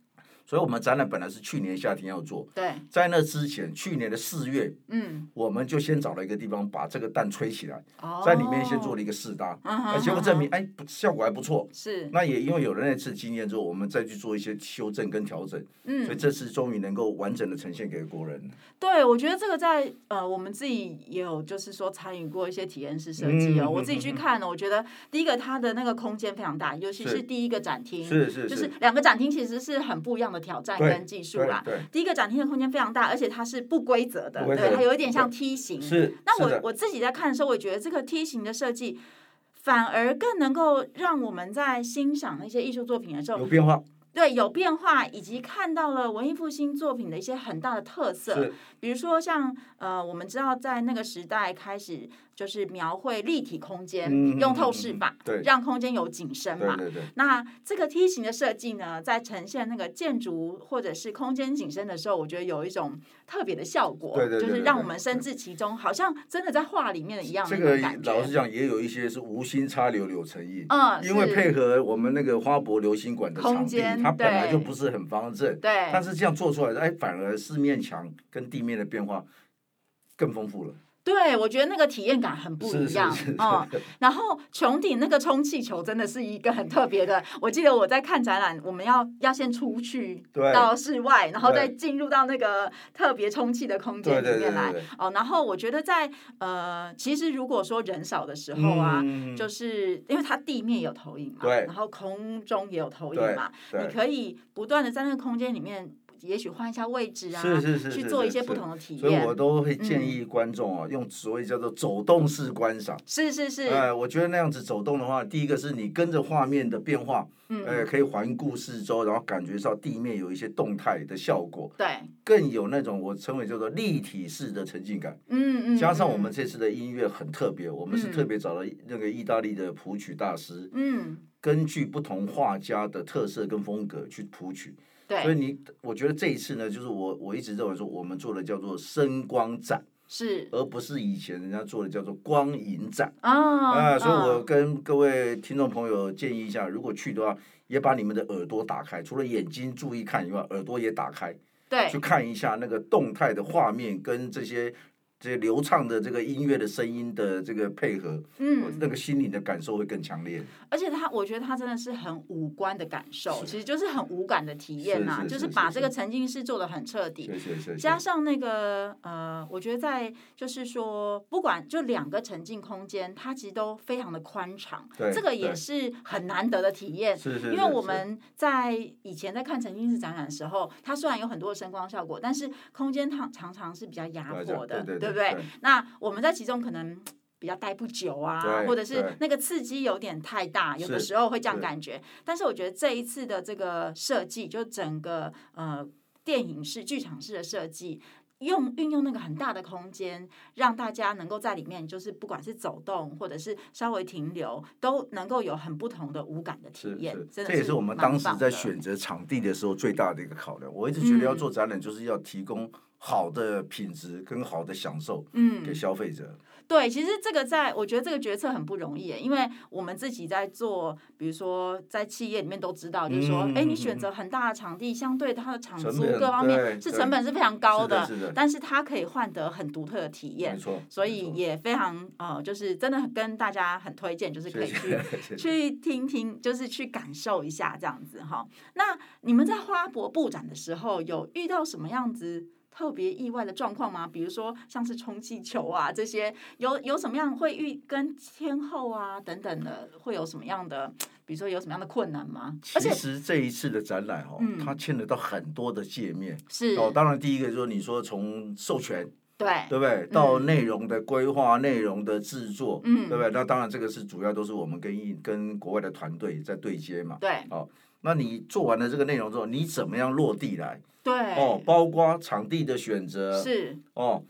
[SPEAKER 2] 所以我们展览本来是去年夏天要做，
[SPEAKER 1] 对，
[SPEAKER 2] 在那之前，去年的四月，
[SPEAKER 1] 嗯，
[SPEAKER 2] 我们就先找了一个地方把这个蛋吹起来，
[SPEAKER 1] 哦，
[SPEAKER 2] 在里面先做了一个试搭，
[SPEAKER 1] 嗯哼，
[SPEAKER 2] 哎，
[SPEAKER 1] 而
[SPEAKER 2] 结果证明哎不效果还不错。
[SPEAKER 1] 是，
[SPEAKER 2] 那也因为有了那次经验之后，我们再去做一些修正跟调整，所以
[SPEAKER 1] 嗯，
[SPEAKER 2] 这次终于能够完整的呈现给国人。
[SPEAKER 1] 对，我觉得这个在呃，我们自己也有就是说参与过一些体验式设计哦，
[SPEAKER 2] 嗯
[SPEAKER 1] 我自己去看了，我觉得第一个它的那个空间非常大，尤其
[SPEAKER 2] 是
[SPEAKER 1] 是第一个展厅，
[SPEAKER 2] 是
[SPEAKER 1] 嗯
[SPEAKER 2] 是，
[SPEAKER 1] 就是两个展厅其实是很不一样的挑战
[SPEAKER 2] 对
[SPEAKER 1] 跟技术啦。
[SPEAKER 2] 对对
[SPEAKER 1] 第一个展厅的空间非常大，而且它是不规则的，
[SPEAKER 2] 不规则
[SPEAKER 1] 对，它有一点像梯形。
[SPEAKER 2] 是。
[SPEAKER 1] 嗯那
[SPEAKER 2] 是
[SPEAKER 1] 我
[SPEAKER 2] 的
[SPEAKER 1] 我自己在看的时候，我觉得这个梯形的设计，反而更能够让我们在欣赏那些艺术作品的时候，
[SPEAKER 2] 有变化，
[SPEAKER 1] 对有变化，以及看到了文艺复兴作品的一些很大的特色
[SPEAKER 2] 是。
[SPEAKER 1] 比如说像呃，我们知道在那个时代开始就是描绘立体空间，
[SPEAKER 2] 嗯
[SPEAKER 1] 用透视法，
[SPEAKER 2] 嗯嗯对
[SPEAKER 1] 让空间有景深嘛
[SPEAKER 2] 对。对对，
[SPEAKER 1] 那这个梯形的设计呢，在呈现那个建筑或者是空间景深的时候，我觉得有一种特别的效果，
[SPEAKER 2] 对对对
[SPEAKER 1] 就是
[SPEAKER 2] 对
[SPEAKER 1] 让
[SPEAKER 2] 对
[SPEAKER 1] 我们身至其中，好像真的在画里面的一样的
[SPEAKER 2] 这
[SPEAKER 1] 那
[SPEAKER 2] 个
[SPEAKER 1] 种感觉。
[SPEAKER 2] 老实讲，也有一些是无心插柳柳成荫，
[SPEAKER 1] 嗯，
[SPEAKER 2] 因为
[SPEAKER 1] 是
[SPEAKER 2] 配合我们那个花博流行馆的
[SPEAKER 1] 空
[SPEAKER 2] 场地，
[SPEAKER 1] 间
[SPEAKER 2] 它本来
[SPEAKER 1] 对
[SPEAKER 2] 就不是很方正，
[SPEAKER 1] 对，
[SPEAKER 2] 但是这样做出来的，哎，反而四面墙跟地面的变化更丰富了，
[SPEAKER 1] 对，我觉得那个体验感很不
[SPEAKER 2] 是
[SPEAKER 1] 一
[SPEAKER 2] 是
[SPEAKER 1] 样
[SPEAKER 2] 是
[SPEAKER 1] 哦。然后穹顶那个充气球真的是一个很特别的，我记得我在看展览，我们要要先出去
[SPEAKER 2] 对
[SPEAKER 1] 到室外，然后再
[SPEAKER 2] 对
[SPEAKER 1] 进入到那个特别充气的空
[SPEAKER 2] 对
[SPEAKER 1] 间里
[SPEAKER 2] 对对
[SPEAKER 1] 面来
[SPEAKER 2] 对对，
[SPEAKER 1] 哦。然后我觉得在呃，其实如果说人少的时候啊，
[SPEAKER 2] 嗯，
[SPEAKER 1] 就是因为它地面有投影嘛，
[SPEAKER 2] 对
[SPEAKER 1] 然后空中也有投影
[SPEAKER 2] 对
[SPEAKER 1] 嘛，你
[SPEAKER 2] 对，
[SPEAKER 1] 可以不断的在那个空间里面，也许换一下位置啊，
[SPEAKER 2] 是是是
[SPEAKER 1] 去
[SPEAKER 2] 是
[SPEAKER 1] 做一
[SPEAKER 2] 是
[SPEAKER 1] 些不
[SPEAKER 2] 是
[SPEAKER 1] 同的嗯体
[SPEAKER 2] 所以我
[SPEAKER 1] 验。
[SPEAKER 2] 都会建议观众啊，用所谓叫做走动式观赏。
[SPEAKER 1] 是是是，
[SPEAKER 2] 哎，我觉得那样子走动的话，第一个是你跟着画面的变化，
[SPEAKER 1] 嗯，
[SPEAKER 2] 哎，可以环顾四周，然后感觉到地面有一些动态的效果。
[SPEAKER 1] 对，
[SPEAKER 2] 更有那种我称为叫做立体式的沉浸感，
[SPEAKER 1] 嗯嗯，
[SPEAKER 2] 加上我们
[SPEAKER 1] 嗯
[SPEAKER 2] 这次的音乐很特别，我们是
[SPEAKER 1] 嗯
[SPEAKER 2] 特别找了那个意大利的谱曲大师，
[SPEAKER 1] 嗯，
[SPEAKER 2] 根据不同画家的特色跟风格去谱曲，所以
[SPEAKER 1] 对，
[SPEAKER 2] 你我觉得这一次呢，就是我我一直认为说我们做的叫做声光展，
[SPEAKER 1] 是
[SPEAKER 2] 而不是以前人家做的叫做光影展。
[SPEAKER 1] 啊
[SPEAKER 2] 啊、所以我
[SPEAKER 1] 啊
[SPEAKER 2] 跟各位听众朋友建议一下，如果去的话，也把你们的耳朵打开，除了眼睛注意看以外，耳朵也打开。
[SPEAKER 1] 对
[SPEAKER 2] 去看一下那个动态的画面跟这些这些流畅的这个音乐的声音的这个配合，
[SPEAKER 1] 嗯，
[SPEAKER 2] 那个心灵的感受会更强烈。
[SPEAKER 1] 而且他，我觉得他真的是很五官的感受，其实就是很无感的体验
[SPEAKER 2] 是
[SPEAKER 1] 呐，
[SPEAKER 2] 是
[SPEAKER 1] 就是
[SPEAKER 2] 是
[SPEAKER 1] 把
[SPEAKER 2] 是
[SPEAKER 1] 这个沉浸式做的很彻底。
[SPEAKER 2] 谢谢谢谢
[SPEAKER 1] 加。上那个呃，我觉得在就是说，不管就两个沉浸空间，它其实都非常的宽敞，
[SPEAKER 2] 对
[SPEAKER 1] 这个也
[SPEAKER 2] 对
[SPEAKER 1] 是很难得的体验。
[SPEAKER 2] 是是是，
[SPEAKER 1] 因为我
[SPEAKER 2] 是
[SPEAKER 1] 们在以前在看沉浸式展览的时候，它虽然有很多的声光效果，但是空间常常常是比较压
[SPEAKER 2] 对
[SPEAKER 1] 迫的，
[SPEAKER 2] 对
[SPEAKER 1] 不对？？
[SPEAKER 2] 对
[SPEAKER 1] 那我们在其中可能。比较待不久啊，
[SPEAKER 2] 对
[SPEAKER 1] 或者是
[SPEAKER 2] 对
[SPEAKER 1] 那个刺激有点太大，有的
[SPEAKER 2] 是
[SPEAKER 1] 时候会这样
[SPEAKER 2] 是
[SPEAKER 1] 感觉。但是我觉得这一次的这个设计，就整个呃电影式、剧场式的设计，用运用那个很大的空间，让大家能够在里面，就是不管是走动或者是稍微停留，都能够有很不同的无感的体
[SPEAKER 2] 是
[SPEAKER 1] 验
[SPEAKER 2] 是。，
[SPEAKER 1] 真的
[SPEAKER 2] 这也是我们当时
[SPEAKER 1] 蛮棒
[SPEAKER 2] 在
[SPEAKER 1] 的嗯
[SPEAKER 2] 选择场地的时候最大的一个考量。我一直觉得要做展览，就是要提供好的品质跟好的享受
[SPEAKER 1] 嗯
[SPEAKER 2] 给消费者。
[SPEAKER 1] 对，其实这个在我觉得这个决策很不容易耶，因为我们自己在做，比如说在企业里面都知道，就是说，
[SPEAKER 2] 嗯
[SPEAKER 1] 哎、
[SPEAKER 2] 嗯
[SPEAKER 1] 你
[SPEAKER 2] 嗯
[SPEAKER 1] 选
[SPEAKER 2] 嗯
[SPEAKER 1] 择很大的场地，相对它的场
[SPEAKER 2] 成
[SPEAKER 1] 租
[SPEAKER 2] 本
[SPEAKER 1] 各方
[SPEAKER 2] 对
[SPEAKER 1] 面是成
[SPEAKER 2] 对
[SPEAKER 1] 本是非常高
[SPEAKER 2] 是的是的
[SPEAKER 1] 但是它可以换得很独特的体
[SPEAKER 2] 没
[SPEAKER 1] 验，
[SPEAKER 2] 错，
[SPEAKER 1] 所
[SPEAKER 2] 没
[SPEAKER 1] 以
[SPEAKER 2] 错
[SPEAKER 1] 也非常呃，就是真的跟大家很推荐，就是可
[SPEAKER 2] 谢
[SPEAKER 1] 以去
[SPEAKER 2] 谢谢谢。
[SPEAKER 1] 去听听，就是去感受一下这样子哈。那你们在花博布展的时候，有遇到什么样子特别意外的状况吗？比如说像是充气球啊这些，有有什么样会遇跟天后啊等等的，会有什么样的，比如说有什么样的困难吗？而
[SPEAKER 2] 其
[SPEAKER 1] 且
[SPEAKER 2] 实这一次的展览哦，
[SPEAKER 1] 嗯
[SPEAKER 2] 它牵扯到很多的界面
[SPEAKER 1] 是
[SPEAKER 2] 哦。当然，第一个就是你说从授权，
[SPEAKER 1] 对，
[SPEAKER 2] 对不对？到内容的规划、内容的制作，
[SPEAKER 1] 嗯
[SPEAKER 2] 对不对？那当然，这个是主要都是我们跟一跟国外的团队在对接嘛。
[SPEAKER 1] 对
[SPEAKER 2] 那你做完了这个内容之后，你怎么样落地来？
[SPEAKER 1] 对
[SPEAKER 2] 哦，包括场地的选择
[SPEAKER 1] 是
[SPEAKER 2] 哦。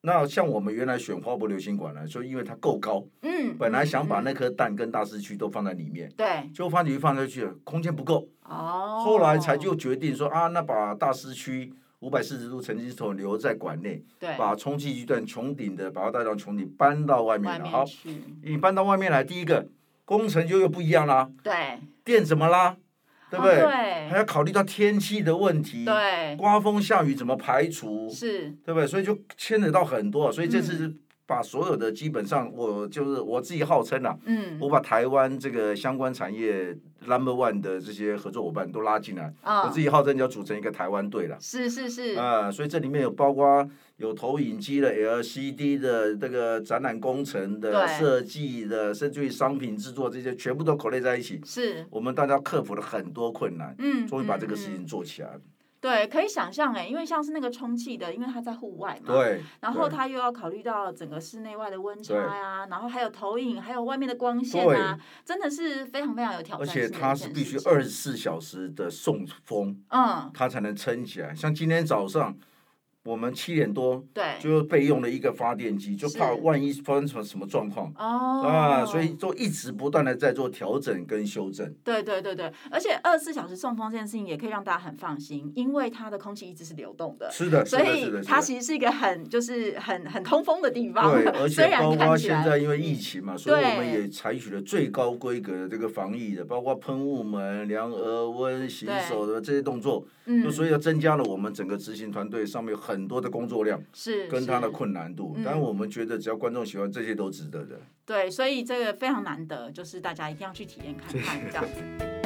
[SPEAKER 2] 那像我们原来选花博流行馆呢，就因为它够高，
[SPEAKER 1] 嗯，
[SPEAKER 2] 本来想把
[SPEAKER 1] 嗯
[SPEAKER 2] 那颗蛋跟大师区都放在里面，
[SPEAKER 1] 嗯对
[SPEAKER 2] 结果发觉放下去了空间不够，
[SPEAKER 1] 哦，
[SPEAKER 2] 后来才就决定说啊，那把大师区五百四十度沉积头留在馆内，
[SPEAKER 1] 对
[SPEAKER 2] 把充气区段穹顶的把它带到穹顶搬到外
[SPEAKER 1] 外
[SPEAKER 2] 面来。
[SPEAKER 1] 面
[SPEAKER 2] 好，
[SPEAKER 1] 去
[SPEAKER 2] 你搬到外面来，第一个工程就又不一样啦，
[SPEAKER 1] 对
[SPEAKER 2] 电怎么拉，对不
[SPEAKER 1] 哦
[SPEAKER 2] 对？还
[SPEAKER 1] 对
[SPEAKER 2] 要考虑到天气的问题，
[SPEAKER 1] 对
[SPEAKER 2] 刮风下雨怎么排除，
[SPEAKER 1] 是。
[SPEAKER 2] 对不对？所以就牵扯到很多，所以这
[SPEAKER 1] 嗯
[SPEAKER 2] 次把所有的基本上，我就是我自己号称啦、
[SPEAKER 1] 嗯
[SPEAKER 2] 我把台湾这个相关产业 number one 的这些合作伙伴都拉进来，我
[SPEAKER 1] 啊
[SPEAKER 2] 自，己号称要组成一个台湾队了。
[SPEAKER 1] 是是是，
[SPEAKER 2] 啊、所以这里面有包括有投影机的、LCD 的、这个展览工程的、
[SPEAKER 1] 对
[SPEAKER 2] 设计的，甚至于商品制作这些，全部都 collate 在一起。
[SPEAKER 1] 是，
[SPEAKER 2] 我们大家克服了很多困难，
[SPEAKER 1] 嗯，
[SPEAKER 2] 终于把这个
[SPEAKER 1] 嗯
[SPEAKER 2] 事
[SPEAKER 1] 嗯
[SPEAKER 2] 情做起来了。
[SPEAKER 1] 对，可以想象哎，因为像是那个充气的，因为它在户外嘛，，
[SPEAKER 2] 对，
[SPEAKER 1] 然后
[SPEAKER 2] 对
[SPEAKER 1] 它又要考虑到整个室内外的温差
[SPEAKER 2] 对
[SPEAKER 1] 呀、然后还有投影，还有外面的光线
[SPEAKER 2] 对
[SPEAKER 1] 啊，真的是非常非常有挑
[SPEAKER 2] 而
[SPEAKER 1] 战
[SPEAKER 2] 且
[SPEAKER 1] 性的一
[SPEAKER 2] 它是
[SPEAKER 1] 件
[SPEAKER 2] 必
[SPEAKER 1] 事
[SPEAKER 2] 须
[SPEAKER 1] 情
[SPEAKER 2] 二十四小时的送风，
[SPEAKER 1] 嗯，
[SPEAKER 2] 它才能撑起来。像今天早上，我们七点多
[SPEAKER 1] 对，
[SPEAKER 2] 就备用了一个发电机，就怕
[SPEAKER 1] 是
[SPEAKER 2] 万一发生什么什么状况。
[SPEAKER 1] 哦，
[SPEAKER 2] 啊，所以就一直不断的在做调整跟修正，
[SPEAKER 1] 对对对对，而且二十四小时送风这件事情也可以让大家很放心，因为它的空气一直是流动的，
[SPEAKER 2] 是的，是
[SPEAKER 1] 所
[SPEAKER 2] 的，是的，
[SPEAKER 1] 以
[SPEAKER 2] 是
[SPEAKER 1] 它
[SPEAKER 2] 的。
[SPEAKER 1] 其实是一个很就是很很通风的地方
[SPEAKER 2] 对，，而
[SPEAKER 1] 虽
[SPEAKER 2] 且
[SPEAKER 1] 然
[SPEAKER 2] 包
[SPEAKER 1] 看
[SPEAKER 2] 括
[SPEAKER 1] 起
[SPEAKER 2] 现
[SPEAKER 1] 来
[SPEAKER 2] 在因为疫
[SPEAKER 1] 嗯
[SPEAKER 2] 情嘛，所以我们
[SPEAKER 1] 对
[SPEAKER 2] 也采取了最高规格的这个防疫的，包括喷雾门、量额温、洗
[SPEAKER 1] 对
[SPEAKER 2] 手的这些动作，
[SPEAKER 1] 嗯
[SPEAKER 2] 就所以要增加了我们整个执行团队上面有很多的工作量。
[SPEAKER 1] 是
[SPEAKER 2] 跟它的
[SPEAKER 1] 是
[SPEAKER 2] 困难度
[SPEAKER 1] 嗯。
[SPEAKER 2] 但我们觉得只要观众喜欢，这些都值得的。
[SPEAKER 1] 对，所以这个非常难得，就是大家一定要去体验看看这样子。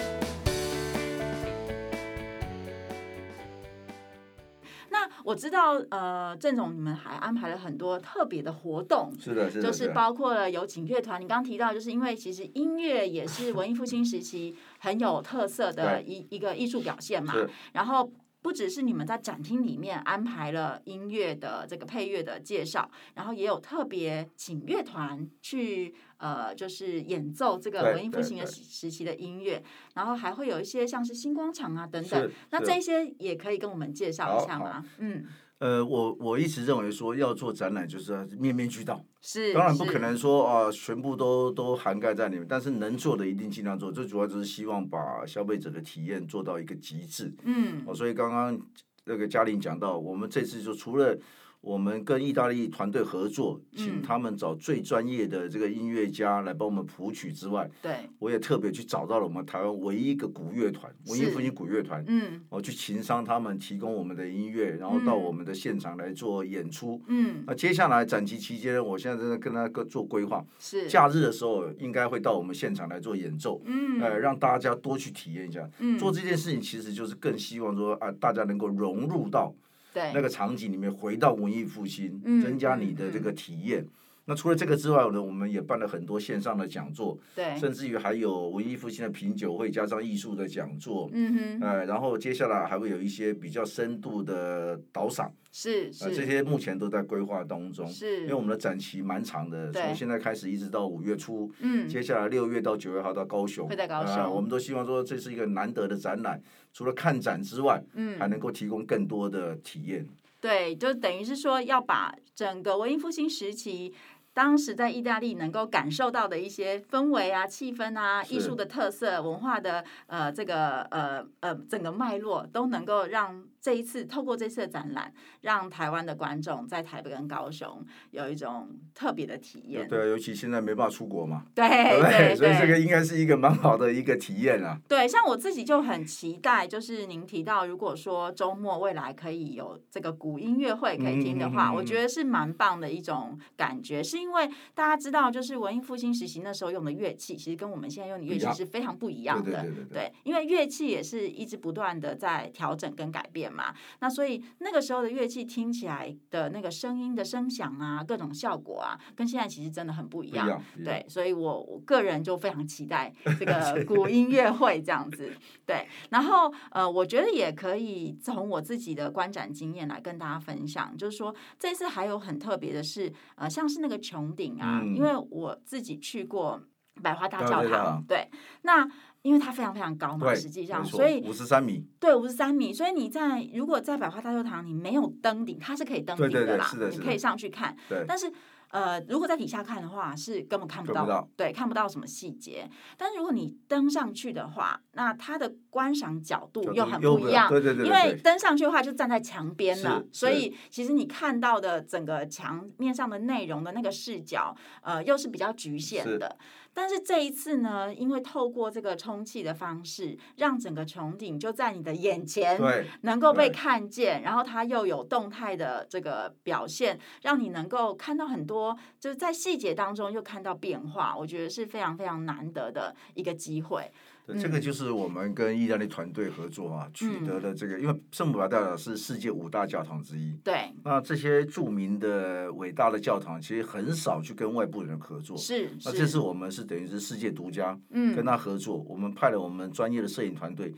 [SPEAKER 1] 那我知道，呃，郑总，你们还安排了很多特别的活动，
[SPEAKER 2] 是的，是的，
[SPEAKER 1] 就是
[SPEAKER 2] 的
[SPEAKER 1] 包括了有请乐团。你刚刚提到，就是因为其实音乐也是文艺复兴时期很有特色的
[SPEAKER 2] 对
[SPEAKER 1] 一一个艺术表现嘛
[SPEAKER 2] 是。
[SPEAKER 1] 然后不只是你们在展厅里面安排了音乐的这个配乐的介绍，然后也有特别请乐团去呃，就是演奏这个
[SPEAKER 2] 对
[SPEAKER 1] 文艺复兴的
[SPEAKER 2] 对
[SPEAKER 1] 时时期的音乐，然后还会有一些像是星光场啊等等
[SPEAKER 2] 是。
[SPEAKER 1] 那
[SPEAKER 2] 是
[SPEAKER 1] 这一些也可以跟我们介绍一
[SPEAKER 2] 好
[SPEAKER 1] 下吗？嗯，
[SPEAKER 2] 呃，我我一直认为说要做展览就是要面面俱到，
[SPEAKER 1] 是，
[SPEAKER 2] 当然不可
[SPEAKER 1] 是，
[SPEAKER 2] 能说啊、全部都都涵盖在里面，但是能做的一定尽量做。最主要就是希望把消费者的体验做到一个极致。
[SPEAKER 1] 嗯，
[SPEAKER 2] 哦，所以刚刚那个嘉玲讲到，我们这次就除了我们跟意大利团队合作，
[SPEAKER 1] 嗯
[SPEAKER 2] 请他们找最专业的这个音乐家来帮我们谱曲之外，
[SPEAKER 1] 对，
[SPEAKER 2] 我也特别去找到了我们台湾唯一一个古乐团，文艺
[SPEAKER 1] 是
[SPEAKER 2] 复兴古乐团，
[SPEAKER 1] 嗯
[SPEAKER 2] 我去情商他们提供我们的音乐，然后到
[SPEAKER 1] 嗯
[SPEAKER 2] 我们的现场来做演出。
[SPEAKER 1] 嗯，
[SPEAKER 2] 那接下来展期期间，我现在正在跟他做规划，
[SPEAKER 1] 是，
[SPEAKER 2] 假日的时候应该会到我们现场来做演奏，
[SPEAKER 1] 嗯，
[SPEAKER 2] 呃，让大家多去体验一下。
[SPEAKER 1] 嗯，
[SPEAKER 2] 做这件事情其实就是更希望说啊，大家能够融入到
[SPEAKER 1] 对，
[SPEAKER 2] 那个场景里面，回到文艺复兴，
[SPEAKER 1] 嗯
[SPEAKER 2] 增加你
[SPEAKER 1] 嗯
[SPEAKER 2] 的这
[SPEAKER 1] 嗯
[SPEAKER 2] 个体验。那除了这个之外呢，我们也办了很多线上的讲座，
[SPEAKER 1] 对，
[SPEAKER 2] 甚至于还有文艺复兴的品酒会，加上艺术的讲座，
[SPEAKER 1] 嗯哼，
[SPEAKER 2] 呃，然后接下来还会有一些比较深度的导赏，
[SPEAKER 1] 是
[SPEAKER 2] 呃，这
[SPEAKER 1] 是
[SPEAKER 2] 些目前都在规划当中。因为
[SPEAKER 1] 是
[SPEAKER 2] 我，们的展期蛮长的，
[SPEAKER 1] 对
[SPEAKER 2] 从现在开始一直到五月初，
[SPEAKER 1] 嗯，
[SPEAKER 2] 接下来六月到九月还要到高雄，
[SPEAKER 1] 会在高
[SPEAKER 2] 呃
[SPEAKER 1] 雄
[SPEAKER 2] 我们都希望说这是一个难得的展览，除了看展之外，
[SPEAKER 1] 嗯
[SPEAKER 2] 还能够提供更多的体验。
[SPEAKER 1] 对，就等于是说要把整个文艺复兴时期。当时在意大利能够感受到的一些氛围啊、气氛啊、
[SPEAKER 2] 是
[SPEAKER 1] 艺术的特色、文化的呃这个呃呃整个脉络，都能够让这一次透过这次的展览，让台湾的观众在台北跟高雄有一种特别的体验。
[SPEAKER 2] 对啊，尤其现在没办法出国嘛，
[SPEAKER 1] 对
[SPEAKER 2] 对
[SPEAKER 1] 对
[SPEAKER 2] 不 所以这个应该是一个蛮好的一个体验啊。
[SPEAKER 1] 对，像我自己就很期待，就是您提到，如果说周末未来可以有这个古音乐会可以听的话，
[SPEAKER 2] 嗯嗯嗯嗯
[SPEAKER 1] 我觉得是蛮棒的一种感觉，是因为大家知道，就是文艺复兴时期那时候用的乐器，其实跟我们现在用的乐
[SPEAKER 2] 一
[SPEAKER 1] 器
[SPEAKER 2] 样
[SPEAKER 1] 是非常不一
[SPEAKER 2] 对
[SPEAKER 1] 样
[SPEAKER 2] 对
[SPEAKER 1] 的。
[SPEAKER 2] 对对对。
[SPEAKER 1] 对，因为乐器也是一直不断的在调整跟改变嘛，那所以那个时候的乐器听起来的那个声音的声响啊，各种效果啊，跟现在其实真的很不一
[SPEAKER 2] 不一
[SPEAKER 1] 样。
[SPEAKER 2] 样，不一样
[SPEAKER 1] 对，所以我我个人就非常期 待这个古音乐会这样子。对，然后呃，我觉得也可以从我自己的观展经验来跟大家分享，就是说这次还有很特别的是，呃，像是那个穹顶啊，
[SPEAKER 2] 嗯
[SPEAKER 1] 因为我自己去过百花大
[SPEAKER 2] 百花
[SPEAKER 1] 教
[SPEAKER 2] 大教
[SPEAKER 1] 堂，
[SPEAKER 2] 堂
[SPEAKER 1] 对，那因为它非常非常高嘛，
[SPEAKER 2] 对，
[SPEAKER 1] 实际上，
[SPEAKER 2] 没错
[SPEAKER 1] 所以
[SPEAKER 2] 五十三米，
[SPEAKER 1] 对，五十三米，所以你在如果在百花大教堂，你没有登顶，它是可以登顶
[SPEAKER 2] 对对对
[SPEAKER 1] 啦，
[SPEAKER 2] 是的是
[SPEAKER 1] 你
[SPEAKER 2] 的
[SPEAKER 1] 可以上去看。
[SPEAKER 2] 对
[SPEAKER 1] 但是呃，如果在底下看的话，是根本看不
[SPEAKER 2] 看
[SPEAKER 1] 到，
[SPEAKER 2] 不到
[SPEAKER 1] 对，看不到什么细节。但是如果你登上去的话，那它的观赏角度又很不一样。
[SPEAKER 2] 对对对
[SPEAKER 1] 因
[SPEAKER 2] 对
[SPEAKER 1] 为
[SPEAKER 2] 对，
[SPEAKER 1] 登上去的话，就站在墙边了
[SPEAKER 2] 是，
[SPEAKER 1] 所
[SPEAKER 2] 是
[SPEAKER 1] 以其实你看到的整个墙面上的内容的那个视角，呃，又是比较局限
[SPEAKER 2] 是
[SPEAKER 1] 的。但是这一次呢，因为透过这个充气的方式，让整个穹顶就在你的眼前，
[SPEAKER 2] 对
[SPEAKER 1] 能够被
[SPEAKER 2] 对
[SPEAKER 1] 看见，然后它又有动态的这个表现，让你能够看到很多，就是在细节当中又看到变化，我觉得是非常非常难得的一个机会。
[SPEAKER 2] 对，这个就是我们跟意大利团队合作啊，
[SPEAKER 1] 嗯
[SPEAKER 2] 取得了这个，因为圣母百大教堂是世界五大教堂之一。
[SPEAKER 1] 对，
[SPEAKER 2] 那这些著名的伟大的教堂，其实很少去跟外部人合作。
[SPEAKER 1] 是
[SPEAKER 2] 哦那这
[SPEAKER 1] 是，
[SPEAKER 2] 次我们是等于是世界独家跟
[SPEAKER 1] 嗯
[SPEAKER 2] 他合作，我们派了我们专业的摄影团队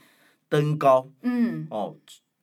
[SPEAKER 2] 登高
[SPEAKER 1] 嗯，
[SPEAKER 2] 哦，